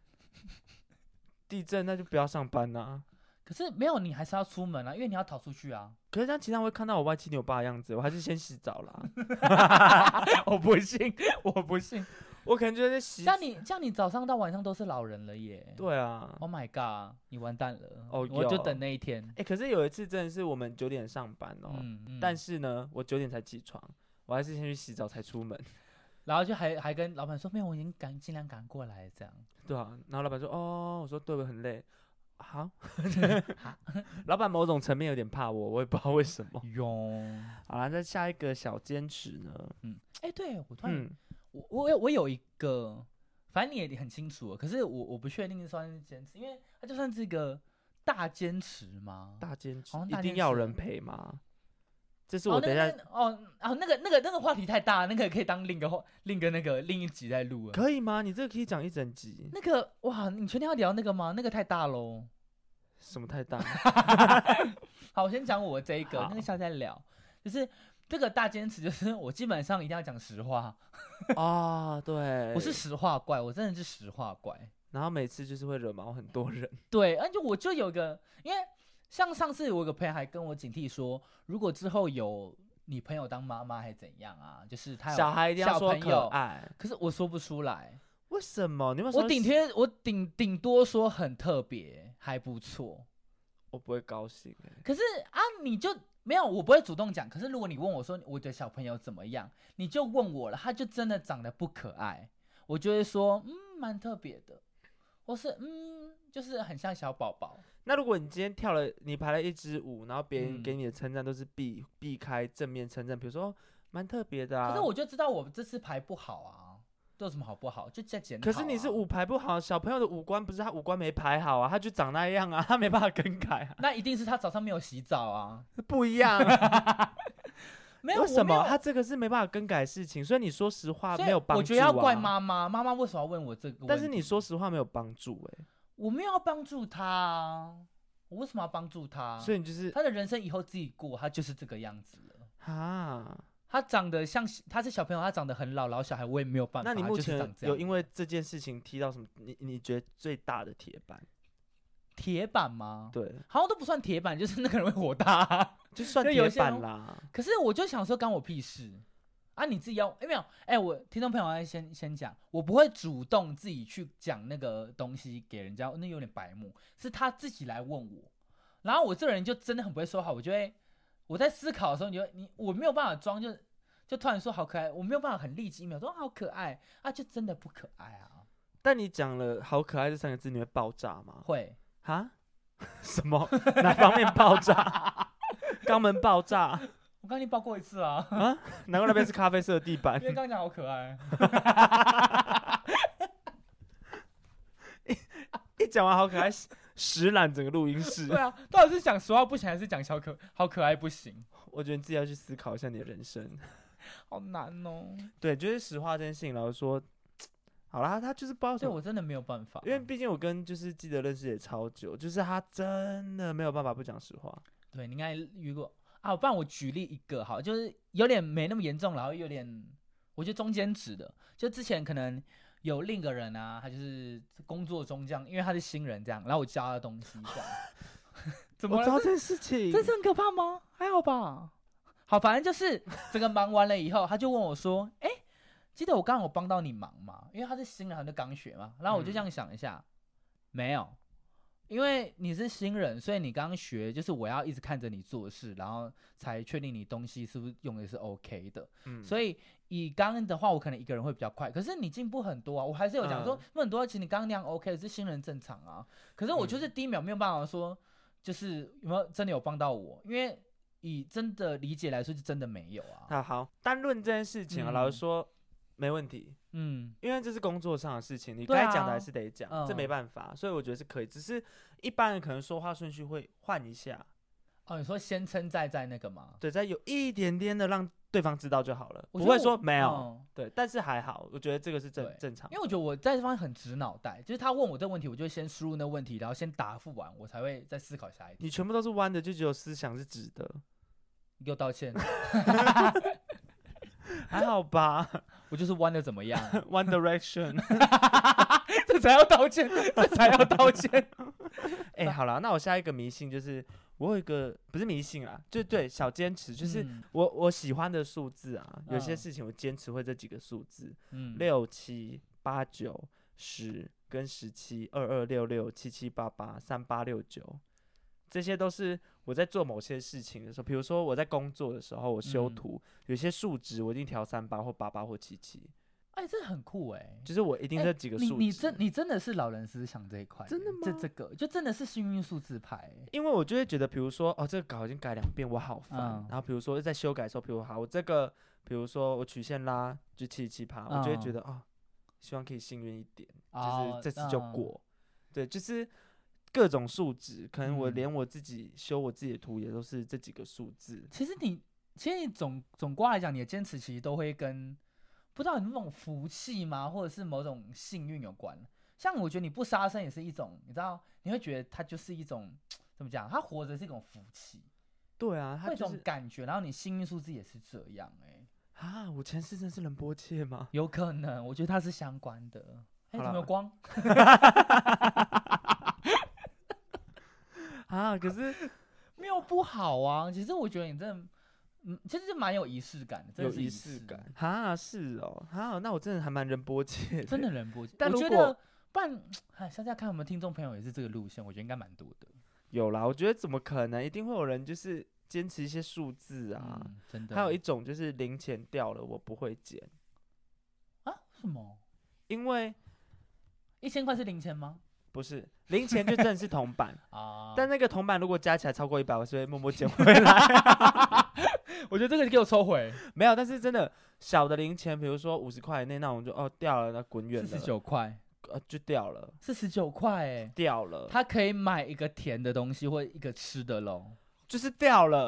Speaker 2: 地震那就不要上班啊呐、
Speaker 1: 可是没有，你还是要出门啊，因为你要逃出去啊。
Speaker 2: 可是这样其他人会看到我歪七扭八的样子，我还是先洗 澡啦。
Speaker 1: 我不信， 我不信。
Speaker 2: 我可能就是洗
Speaker 1: 像你，像你早上到晚上都是老人了耶。
Speaker 2: 对啊，
Speaker 1: Oh my god，你完蛋了。
Speaker 2: 哦
Speaker 1: 我就
Speaker 2: 有
Speaker 1: 等那一天
Speaker 2: 哎、。可是有一次真的是我们九点上班哦、
Speaker 1: 嗯，嗯
Speaker 2: 但是呢，我九点才起床，我还是先去洗澡才出门。
Speaker 1: 然后就还还跟老板说，没有，我已经赶尽量赶过来这样。
Speaker 2: 对啊，然后老板说：“哦，我说对，我很累。” 好，老板某种层面有点怕我，我也不知道为什么。
Speaker 1: 哟，
Speaker 2: 好啦，那下一个小坚持呢？
Speaker 1: 哎，对我突然，
Speaker 2: 嗯，
Speaker 1: 我我有我有一个，反正你也很清楚了，可是我我不确定算是坚持，因为它就算是一个大坚持吗？
Speaker 2: 大坚持
Speaker 1: 好像
Speaker 2: 一
Speaker 1: 大
Speaker 2: 定
Speaker 1: 坚
Speaker 2: 要有
Speaker 1: 持
Speaker 2: 人陪吗？这是
Speaker 1: 哦
Speaker 2: 我等一下、
Speaker 1: 那个那个哦哦，那个那个那个话题太大了，那个可以当另一个话另一个那个另一集再录了。
Speaker 2: 可以吗？你这个可以讲一整集，
Speaker 1: 那个哇，你确定要聊那个吗？那个太大喽。
Speaker 2: 什么 太大？
Speaker 1: 好，我先讲我这一个，那个
Speaker 2: 好
Speaker 1: 下次再聊。就是这个大坚持，就是我基本上一定要讲实话，
Speaker 2: 哦，对，
Speaker 1: 我是，实话怪，我真的是实话怪。
Speaker 2: 然后每次就是会惹毛很多人，
Speaker 1: 对，而且我就有个，因为像上次我有个朋友还跟我警惕说，如果之后有你朋友当妈妈还怎样啊，就是他有
Speaker 2: 小孩一定要
Speaker 1: 小
Speaker 2: 说
Speaker 1: 朋
Speaker 2: 可
Speaker 1: 友
Speaker 2: 爱，
Speaker 1: 可是我说不出来，
Speaker 2: 为什么？你们
Speaker 1: 我顶天，我顶顶多说很特别，还不错。
Speaker 2: 我不会高兴、欸。
Speaker 1: 可是啊，你就没有，我不会主动讲。可是如果你问我说我的小朋友怎么样，你就问我了，他就真的长得不可爱，我就会说嗯，蛮特别的，或是嗯，就是很像小宝宝。
Speaker 2: 那如果你今天跳了，你排了一支舞，然后别人
Speaker 1: 嗯
Speaker 2: 给你的称赞都是避避开正面称赞，比如说哦蛮特别的啊。
Speaker 1: 可是我就知道我这次排不好啊，这有什么好不好？就在检讨
Speaker 2: 可
Speaker 1: 啊、
Speaker 2: 是你是舞排不好，小朋友的五官不是他五官没排好啊，他就长那样啊，他没办法更改 啊，
Speaker 1: 那一定是他早上没有洗澡啊，
Speaker 2: 不一样、啊。
Speaker 1: 没有
Speaker 2: 为什么？
Speaker 1: 我没
Speaker 2: 他这个是没办法更改的事情，所以你说实话
Speaker 1: 有所以
Speaker 2: 没有帮助、啊。
Speaker 1: 我觉得要怪，妈妈，妈妈为什么要问我这个问题？
Speaker 2: 但是你说实话没有帮助哎、
Speaker 1: 我没有要帮助他啊，我为什么要帮助他？啊
Speaker 2: 所以你就是
Speaker 1: 他的人生以后自己过，他就是这个样子了。
Speaker 2: 啊。
Speaker 1: 他长得像他是小朋友，他长得很老老小孩，我也没有办法。
Speaker 2: 那你
Speaker 1: 他
Speaker 2: 目
Speaker 1: 就是
Speaker 2: 前
Speaker 1: 长这
Speaker 2: 有
Speaker 1: 样
Speaker 2: 因为这件事情踢到什么？你你觉得最大的铁板？
Speaker 1: 铁板吗？
Speaker 2: 对，
Speaker 1: 好像都不算铁板，就是那个人会火大啊、
Speaker 2: 就算
Speaker 1: 就有
Speaker 2: 铁
Speaker 1: 些
Speaker 2: 板
Speaker 1: 人
Speaker 2: 啦。
Speaker 1: 可是我就想说，干我屁事啊！你自己要哎、没有哎、我听众朋友要先先讲，我不会主动自己去讲那个东西给人家，那有点白目，是他自己来问我，然后我这个人就真的很不会说话，我就会我在思考的时候，你就你我没有办法装，就就突然说好可爱，我没有办法很立即一秒说啊好可爱啊，就真的不可爱啊，
Speaker 2: 但你讲了“好可爱”这三个字，你会爆炸吗？
Speaker 1: 会
Speaker 2: 啊？ 什么？哪方面爆炸？ 肛门爆炸？
Speaker 1: 我刚刚已经抱过一次啊，
Speaker 2: 难怪那边是咖啡色的地板
Speaker 1: 因。为刚刚讲好可爱，
Speaker 2: 一讲完好可爱，石石览整个录音 室
Speaker 1: 对。啊，到底是讲实话不行，还是讲小可好可爱不行？
Speaker 2: 我觉得你自己要去思考一下你的人生。
Speaker 1: 好难哦。
Speaker 2: 对，就是实话这件事情，老实说，好啦，他就是不知道什
Speaker 1: 对
Speaker 2: 么
Speaker 1: 哦我真的没有办法，
Speaker 2: 因为毕竟我跟就是记得认识也超久，就是他真的没有办法不讲实话。
Speaker 1: 对你应该遇过啊，不然我举例一个好，就是有点没那么严重，然后有点我觉得中间值的，就之前可能有另一个人啊，他就是工作中这样，因为他是新人这样，然后我教他东西 这样，怎么
Speaker 2: 我
Speaker 1: 了
Speaker 2: 知道
Speaker 1: 这
Speaker 2: 这件事情，
Speaker 1: 这是很可怕吗？还好吧。好，反正就是这个忙完了以后，他就问我说：“哎、记得我刚刚有帮到你忙吗？因为他是新人，他就刚学嘛。”然后我就这样想一下，没有，因为你是新人，所以你刚学，就是我要一直看着你做事，然后才确定你东西是不是用的是 OK 的。
Speaker 2: 嗯
Speaker 1: 所以以刚刚的话，我可能一个人会比较快，可是你进步很多啊，我还是有讲说
Speaker 2: 嗯，
Speaker 1: 那、很多其实你刚刚那样 OK，是新人正常啊。可是我
Speaker 2: 嗯
Speaker 1: 就是第一秒没有办法说，就是有没有真的有帮到我，因为以真的理解来说，是真的没有啊。
Speaker 2: 那好，单论这件事情啊，老实
Speaker 1: 嗯
Speaker 2: 说没问题，
Speaker 1: 嗯，
Speaker 2: 因为这是工作上的事情，你
Speaker 1: 对
Speaker 2: 该讲
Speaker 1: 啊
Speaker 2: 的还是得讲，这
Speaker 1: 嗯
Speaker 2: 没办法，所以我觉得是可以，只是一般人可能说话顺序会换一下，
Speaker 1: 哦，你说先称赞在那个吗？
Speaker 2: 对，再有一点点的让对方知道就好了，
Speaker 1: 我
Speaker 2: 不
Speaker 1: 觉得
Speaker 2: 会说
Speaker 1: 我
Speaker 2: 没有，
Speaker 1: 嗯
Speaker 2: 对，但是还好，我觉得这个是正
Speaker 1: 对
Speaker 2: 正常
Speaker 1: 因为我觉得我在这方面很直脑袋，就是他问我这个问题，我就先输入那问题，然后先答复完，我才会再思考下一题。
Speaker 2: 你全部都是弯的，就只有思想是直 的，
Speaker 1: 你给我道 歉，
Speaker 2: 还好吧
Speaker 1: 我就是弯的怎么样？啊
Speaker 2: ？One Direction，
Speaker 1: 这才要道歉，这才要道 歉。
Speaker 2: 哎、好了，那我下一个迷信就是，我有一个不是迷信啦，就对小坚持，就是
Speaker 1: 嗯
Speaker 2: 我、我喜欢的数字啊，有些
Speaker 1: 嗯
Speaker 2: 事情我坚持会这几个数字，
Speaker 1: 嗯
Speaker 2: 六七八九十跟十七二二六六七七八八三八六九，这些都是我在做某些事情的时候，比如说我在工作的时候，我修
Speaker 1: 嗯
Speaker 2: 图，有些数值我一定调三八或八八或七七，
Speaker 1: 哎，这很酷哎、
Speaker 2: 就是我一定
Speaker 1: 哎
Speaker 2: 这几个数
Speaker 1: 你你
Speaker 2: 值。
Speaker 1: 真你真的是老人思想这一块耶，
Speaker 2: 真的
Speaker 1: 这
Speaker 2: 吗
Speaker 1: 这个就真的是幸运数字牌欸，
Speaker 2: 因为我就会觉得，比如说，哦，这个稿已经改两遍，我好烦。
Speaker 1: 嗯
Speaker 2: 然后比如说在修改的时候，比如好，我这个，比如说我曲线拉就七七趴，我就会觉
Speaker 1: 嗯
Speaker 2: 得啊、希望可以幸运一点，
Speaker 1: 哦
Speaker 2: 就是这次就
Speaker 1: 嗯
Speaker 2: 过。对，就是各种数值，可能我
Speaker 1: 嗯
Speaker 2: 连我自己修我自己的图也都是这几个数字。
Speaker 1: 其实你其实你总总括来讲，你的坚持其实都会跟不知道你那种福气吗，或者是某种幸运有关。像我觉得你不杀生也是一种，你知道，你会觉得它就是一种怎么讲，它活着是一种福气，
Speaker 2: 对啊，
Speaker 1: 会
Speaker 2: 他
Speaker 1: 有一
Speaker 2: 就
Speaker 1: 种
Speaker 2: 是
Speaker 1: 感觉。然后你幸运数字也是这样、哎，
Speaker 2: 啊，我前世真是仁波切吗？
Speaker 1: 有可能，我觉得它是相关的。哎、怎
Speaker 2: 好
Speaker 1: 么有
Speaker 2: 啦
Speaker 1: 光？
Speaker 2: 啊，可是
Speaker 1: 啊没有不好啊，其实我觉得你真的嗯，其实蛮有仪式感的，真
Speaker 2: 有
Speaker 1: 的是
Speaker 2: 仪
Speaker 1: 式
Speaker 2: 式感，哈，是哦，哈，那我真的还蛮人波切的，
Speaker 1: 真的人不。
Speaker 2: 但
Speaker 1: 我
Speaker 2: 如
Speaker 1: 觉
Speaker 2: 果
Speaker 1: 得，不然，哎，下次要看我们听众朋友也是这个路线，我觉得应该蛮多的
Speaker 2: 有啦，我觉得怎么可能？一定会有人就是坚持一些数字啊。
Speaker 1: 嗯，真的。
Speaker 2: 还有一种就是零钱掉了，我不会捡，
Speaker 1: 啊什么？
Speaker 2: 因为
Speaker 1: 一千块是零钱吗？
Speaker 2: 不是零钱就真的是 铜板，
Speaker 1: 啊，
Speaker 2: 但那个铜板如果加起来超过一百，我是会默默捡回来。
Speaker 1: 我觉得这个给我抽回
Speaker 2: 没有，但是真的小的零钱，比如说五十块以内那种就，哦掉了，那滚远
Speaker 1: 四
Speaker 2: 了，
Speaker 1: 十九块，
Speaker 2: 呃就掉了，
Speaker 1: 四十九块哎，
Speaker 2: 掉了，
Speaker 1: 他可以买一个甜的东西或一个吃的喽，
Speaker 2: 就是 掉了，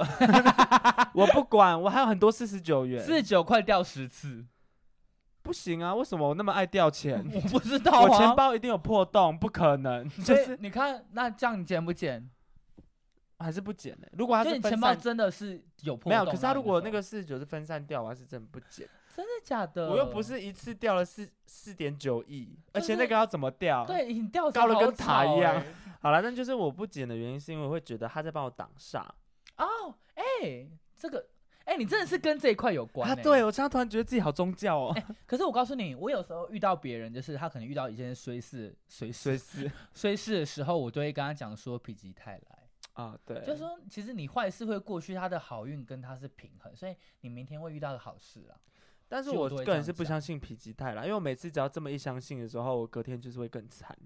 Speaker 2: 我不管，我还有很多四十九元，
Speaker 1: 四十九块掉十 次，
Speaker 2: 不行啊，为什么我那么爱 掉钱？
Speaker 1: 我不知道
Speaker 2: 我
Speaker 1: 啊
Speaker 2: 钱。包一定有破洞，不可能，就
Speaker 1: 所以
Speaker 2: 是
Speaker 1: 你看，那这样你捡不捡？
Speaker 2: 还是不捡呢、如果他
Speaker 1: 就是你
Speaker 2: 分
Speaker 1: 钱包
Speaker 2: 散，
Speaker 1: 真的是有破洞
Speaker 2: 没
Speaker 1: 啊。
Speaker 2: 有，可是他如果那
Speaker 1: 你
Speaker 2: 个
Speaker 1: 说
Speaker 2: 四十九是分散掉，我还是真的不捡。
Speaker 1: 真的假的，
Speaker 2: 我又不是一次掉了四四点九亿，而且
Speaker 1: 就
Speaker 2: 那
Speaker 1: 是
Speaker 2: 个要怎么掉？，
Speaker 1: 对你掉
Speaker 2: 高
Speaker 1: 头
Speaker 2: 得
Speaker 1: 好
Speaker 2: 跟塔
Speaker 1: 吵
Speaker 2: 一样
Speaker 1: 欸
Speaker 2: 好了，那就是我不捡的原因，是因为我会觉得他在帮我挡煞。
Speaker 1: 哦，哎、这个，哎、你真的是跟这一块有关、
Speaker 2: 啊，
Speaker 1: 欸。
Speaker 2: 对我现在突然觉得自己好宗教 哦，
Speaker 1: 可是我告诉你，我有时候遇到别人，就是他可能遇到一件衰事、衰
Speaker 2: 随
Speaker 1: 事、
Speaker 2: 时
Speaker 1: 衰事的时候，我都会跟他讲说否极泰来，
Speaker 2: 啊，对，
Speaker 1: 就是说其实你坏事会过去，他的好运跟他是平衡，所以你明天会遇到的好事啊。
Speaker 2: 但是
Speaker 1: 其实我
Speaker 2: 我
Speaker 1: 都会
Speaker 2: 个
Speaker 1: 这
Speaker 2: 人
Speaker 1: 样
Speaker 2: 是不
Speaker 1: 想
Speaker 2: 相信否极泰啦，因为我每次只要这么一相信的时候，我隔天就是会更 惨，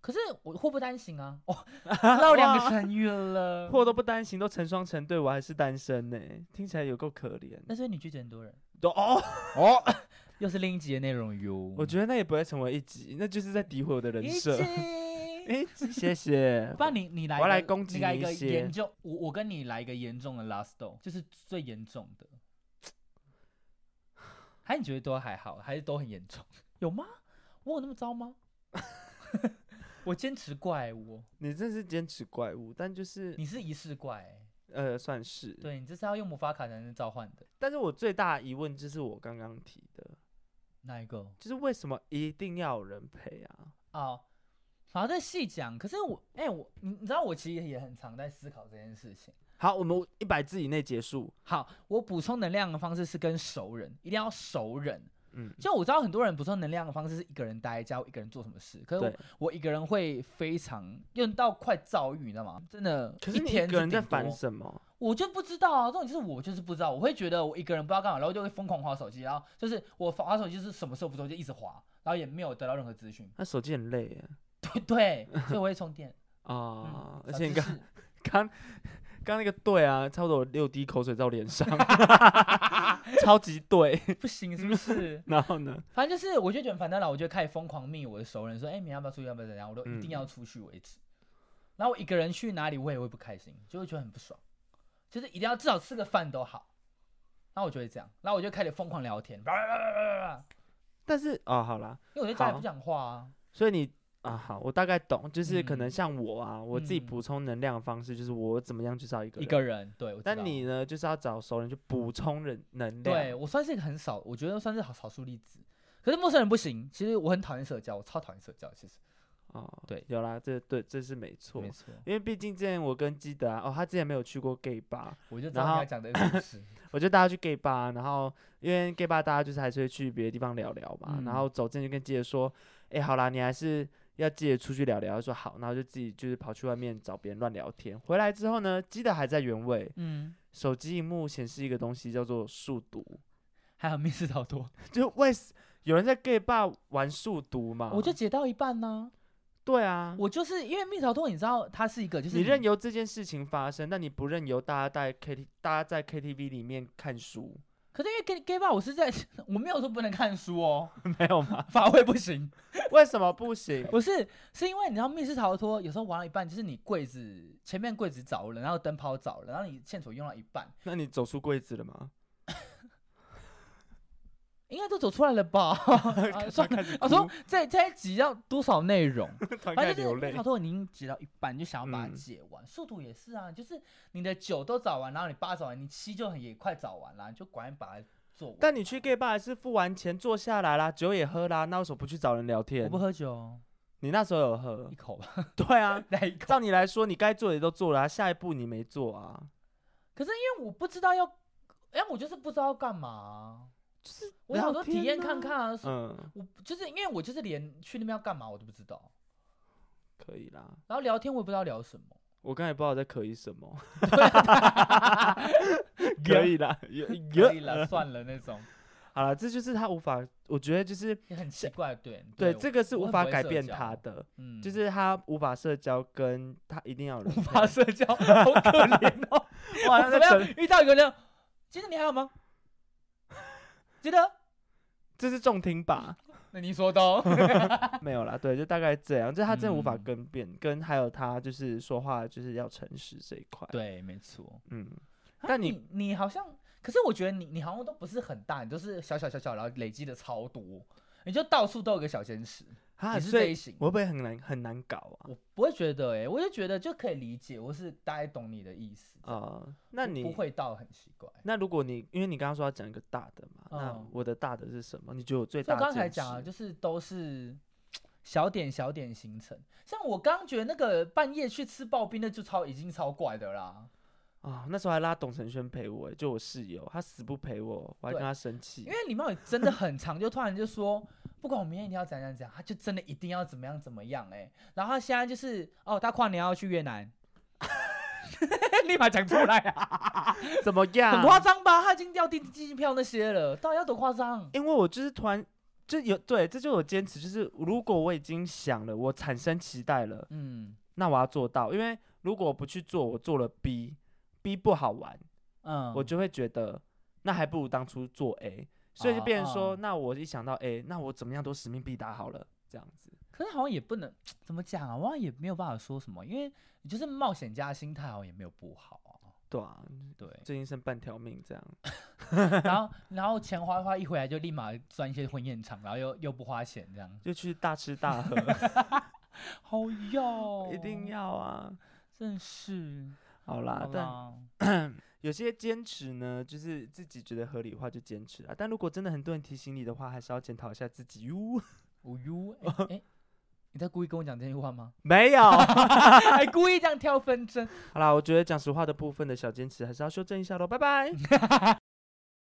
Speaker 1: 可是我祸不单行啊，哦，绕两个
Speaker 2: 哇
Speaker 1: 成语了。
Speaker 2: 祸都不担心，都成双成对，我还是单身呢、听起来有够可怜。
Speaker 1: 那所以你拒绝很多人，
Speaker 2: 都哦哦，
Speaker 1: 又是另一集的内容哟。
Speaker 2: 我觉得那也不会成为一集，那就是在诋毁我的人
Speaker 1: 一
Speaker 2: 设。
Speaker 1: 集
Speaker 2: 哎，谢 谢。
Speaker 1: 不然你你来一
Speaker 2: 我
Speaker 1: 个，
Speaker 2: 来攻击
Speaker 1: 你来
Speaker 2: 你
Speaker 1: 一
Speaker 2: 一
Speaker 1: 个
Speaker 2: 些
Speaker 1: 严重，我我跟你来一个严重的 last do，就是最严重的。还你觉得都还好，还是都很严重？ 有吗？我有那么糟吗？ 我坚持怪我，
Speaker 2: 你真是坚持怪物，但就是
Speaker 1: 你是仪式怪欸、
Speaker 2: 呃，算是。
Speaker 1: 对你这是要用魔法卡才能召唤的
Speaker 2: 但是我最大的疑问就是我刚刚提的，
Speaker 1: 那一个
Speaker 2: 就是为什么一定要有人陪啊？
Speaker 1: 哦。好，再细讲。可是我，哎、我你你知道，我其实也很常在思考这件事情。
Speaker 2: 好，我们一百字以内结束。
Speaker 1: 好，我补充能量的方式是跟熟人，一定要熟人。
Speaker 2: 嗯，
Speaker 1: 就我知道很多人补充能量的方式是一个人待在家，我一个人做什么事。可是我
Speaker 2: 对。
Speaker 1: 我一个人会非常用到快躁郁，你知道吗？真的，
Speaker 2: 可是
Speaker 1: 一
Speaker 2: 你
Speaker 1: 天
Speaker 2: 一个人在
Speaker 1: 顶多
Speaker 2: 烦什么？
Speaker 1: 我就不知道啊。这种就是我就是不知道，我会觉得我一个人不知道干嘛，然后就会疯狂划手机，然后就是我划手机就是什么时候不做就一直划，然后也没有得到任何资讯。
Speaker 2: 那手机很累耶
Speaker 1: 对对，所以我会充电。
Speaker 2: 啊！ 而
Speaker 1: 小
Speaker 2: 且你
Speaker 1: 知
Speaker 2: 刚
Speaker 1: 识
Speaker 2: 刚刚那个对啊，差不多有六滴口水在我脸 上，超级对。
Speaker 1: 不行是不是？
Speaker 2: 然后呢？
Speaker 1: 反正就是我就觉得很烦躁了，我就开始疯狂密我的熟人说，哎、你要不要出去？要不要怎样？我都一定
Speaker 2: 嗯
Speaker 1: 要出去为止。然后我一个人去哪里，我也会不开心，就会觉得很不爽，就是一定要至少吃个饭都好。然后我就会这样，然后我就开始疯狂聊天，
Speaker 2: 但是哦，好啦，
Speaker 1: 因为我在家里
Speaker 2: 好
Speaker 1: 不讲话啊。
Speaker 2: 所以你啊，好，我大概懂，就是可能
Speaker 1: 嗯
Speaker 2: 像我啊，我自己
Speaker 1: 嗯
Speaker 2: 补充能量的方式就是我怎么样去找一个
Speaker 1: 一
Speaker 2: 人
Speaker 1: 个人，对，我知道
Speaker 2: 但你呢，就是要找熟人去补充人能量。
Speaker 1: 对，我算是一个很少，我觉得算是好少数例子。可是陌生人不行，其实我很讨厌社交，我超讨厌社交，其实
Speaker 2: 哦，
Speaker 1: 对
Speaker 2: 有啦，这对这是没错
Speaker 1: 没。错，
Speaker 2: 因为毕竟之前我跟基德啊，哦，他之前没有去过 gay 吧，
Speaker 1: 我就知
Speaker 2: 然
Speaker 1: 道你
Speaker 2: 后
Speaker 1: 要讲的故事。
Speaker 2: 我就带他去 gay 吧，然后因为 gay 吧大家就是还是会去别的地方聊聊嘛，
Speaker 1: 嗯
Speaker 2: 然后走进去跟基德说，哎、好啦，你还是要记得出去聊聊，他说好，然后就自己就是跑去外面找别人乱聊天，回来之后呢，基德还在原位，
Speaker 1: 嗯，
Speaker 2: 手机荧幕显示一个东西叫做数独，
Speaker 1: 还有密室逃脱，
Speaker 2: 就为什有人在 gay 吧玩数独嘛？
Speaker 1: 我就解到一半呢、
Speaker 2: 对啊，
Speaker 1: 我就是因为蜜桃通，你知道它是一个，就是
Speaker 2: 你任由这件事情发生，但你不任由大家在 K T 大家在 K T V 里面看书，
Speaker 1: 可是因为 gay gay bar，我是在 我没有说不能看书哦，
Speaker 2: 没有吗？
Speaker 1: 法会不行，
Speaker 2: 为什么不行？
Speaker 1: 不是是因为你知道密室逃脱有时候玩到一半，就是你柜子前面柜子着了，然后灯泡着了，然后你线索用到一半，
Speaker 2: 那你走出柜子了吗？
Speaker 1: 应该都走出来了吧？ 啊算了，我说这这一集要多少内容？
Speaker 2: 突然
Speaker 1: 反
Speaker 2: 嗯 开始
Speaker 1: 正就是
Speaker 2: 流
Speaker 1: 蜜
Speaker 2: 泪
Speaker 1: 桃。脱已经解到一半，你就想要把它
Speaker 2: 嗯
Speaker 1: 解完。速度也是啊，就是你的九都找完，然后你八找完，你七就很也快找完了，你就赶紧把它做完。
Speaker 2: 但你去 gay bar 还是付完钱坐下来啦，酒也喝啦，那为什么不去找人聊
Speaker 1: 我
Speaker 2: 天
Speaker 1: 不？喝酒，哦
Speaker 2: 你那时候有喝
Speaker 1: 一？口吧，
Speaker 2: 对啊，
Speaker 1: 来一口。
Speaker 2: 照你来说，你该做的也都做了啊、下一步你没做啊。
Speaker 1: 可是因为我不知道要哎，我就是不知道要干嘛啊，
Speaker 2: 就是
Speaker 1: 我想说
Speaker 2: 聊
Speaker 1: 体验
Speaker 2: 天
Speaker 1: 看
Speaker 2: 啊
Speaker 1: 看啊。是
Speaker 2: 嗯，
Speaker 1: 我就是因为我就是连去那边要干嘛我都不知道，
Speaker 2: 可以啦。
Speaker 1: 然后聊天我也不知道聊什么。
Speaker 2: 我刚才不知道在可以什 么，
Speaker 1: 呀
Speaker 2: 可以啦， 有
Speaker 1: 可以了，算了那种，
Speaker 2: 好了，这就是他无法，我觉得就是
Speaker 1: 也很奇怪，对
Speaker 2: 对，这个是
Speaker 1: 我
Speaker 2: 无
Speaker 1: 很
Speaker 2: 法
Speaker 1: 不会
Speaker 2: 改
Speaker 1: 社
Speaker 2: 变
Speaker 1: 交
Speaker 2: 他的，
Speaker 1: 嗯
Speaker 2: 就是他无法社交，跟他一定要有人
Speaker 1: 无法社 交，好可怜哦。
Speaker 2: 陪哇，
Speaker 1: 我
Speaker 2: 他
Speaker 1: 怎
Speaker 2: 在
Speaker 1: 么
Speaker 2: 整
Speaker 1: 样遇到一个人？今天你还好吗？记得？
Speaker 2: 这是重听吧？
Speaker 1: 那你说的 哦。
Speaker 2: 没有啦，对，就大概这样，就是他真的无法
Speaker 1: 嗯
Speaker 2: 跟变，跟还有他就是说话就是要诚实这一块，，
Speaker 1: 对，没错。
Speaker 2: 嗯，
Speaker 1: 啊
Speaker 2: 但你
Speaker 1: 你你好像，可是我觉得你你好像都不是很大，你都是小小小小，然后累积的超多，你就到处都有个小天使，
Speaker 2: 他
Speaker 1: 啊你是
Speaker 2: 啊所
Speaker 1: 这一
Speaker 2: 以
Speaker 1: 型。
Speaker 2: 我会不会很难很难搞啊？
Speaker 1: 我不会觉得哎、我就觉得就可以理解，我是大概懂你的意思。
Speaker 2: 呃，那
Speaker 1: 不
Speaker 2: 你
Speaker 1: 不会到很奇怪。
Speaker 2: 那如果你因为你刚刚说要讲一个大的嘛，那
Speaker 1: 嗯
Speaker 2: 我的大的是什么？你觉得我最
Speaker 1: 所
Speaker 2: 大
Speaker 1: 以我
Speaker 2: 的
Speaker 1: 刚
Speaker 2: 坚
Speaker 1: 才讲啊，
Speaker 2: 持
Speaker 1: 就是都是小点小点形成。像我刚觉得那个半夜去吃刨冰的就超已经超怪的啦，
Speaker 2: 啊，那时候还拉董承轩陪我欸，就我室友，他死不陪我，我还跟
Speaker 1: 对
Speaker 2: 他生气
Speaker 1: 因。为李茂宇真的很长，就突然就说 不管我明天一定要怎样怎样，他就真的一定要怎么样怎么样哎、然后他现在就是哦，他跨年要去越南。 立马讲出来 啊，
Speaker 2: 怎么样？
Speaker 1: 很夸张吧？他已经掉订机票那些了，到底要多夸张？
Speaker 2: 因为我就是突然就有对，这就是我坚持，就是如果我已经想了，我产生期待了，
Speaker 1: 嗯
Speaker 2: 那我要做到。因为如果我不去做，我做了 B，B 不好玩，
Speaker 1: 嗯，
Speaker 2: 我就会觉得那还不如当初做 A。所以就变成
Speaker 1: 啊
Speaker 2: 说，
Speaker 1: 啊
Speaker 2: 那我一想到 A，那我怎么样都使命必达好了，这样子。
Speaker 1: 可是好像也不能怎么讲啊，我好像也没有办法说什么，因为你就是冒险家的心态，好像也没有不好啊。
Speaker 2: 对啊，
Speaker 1: 对，
Speaker 2: 最近剩半条命这样。
Speaker 1: 然后然后钱花花一回来就立马赚一些婚宴场，然后又又不花钱这样，
Speaker 2: 就去大吃大 喝，
Speaker 1: 好哟，
Speaker 2: 一定，要啊！
Speaker 1: 真是
Speaker 2: 好啦，
Speaker 1: 好
Speaker 2: 啊但
Speaker 1: 啦，哦
Speaker 2: 有些坚持呢，就是自己觉得合理化就坚持啊。但如果真的很多人提醒你的话，还是要检讨一下自己哟。
Speaker 1: 无忧，哎、哎你在故意跟我讲这句话吗？
Speaker 2: 没有， 好
Speaker 1: 还故意这样挑纷争？
Speaker 2: 啦，我觉得讲实话的部分的小坚持还是要修正一下喽。拜拜。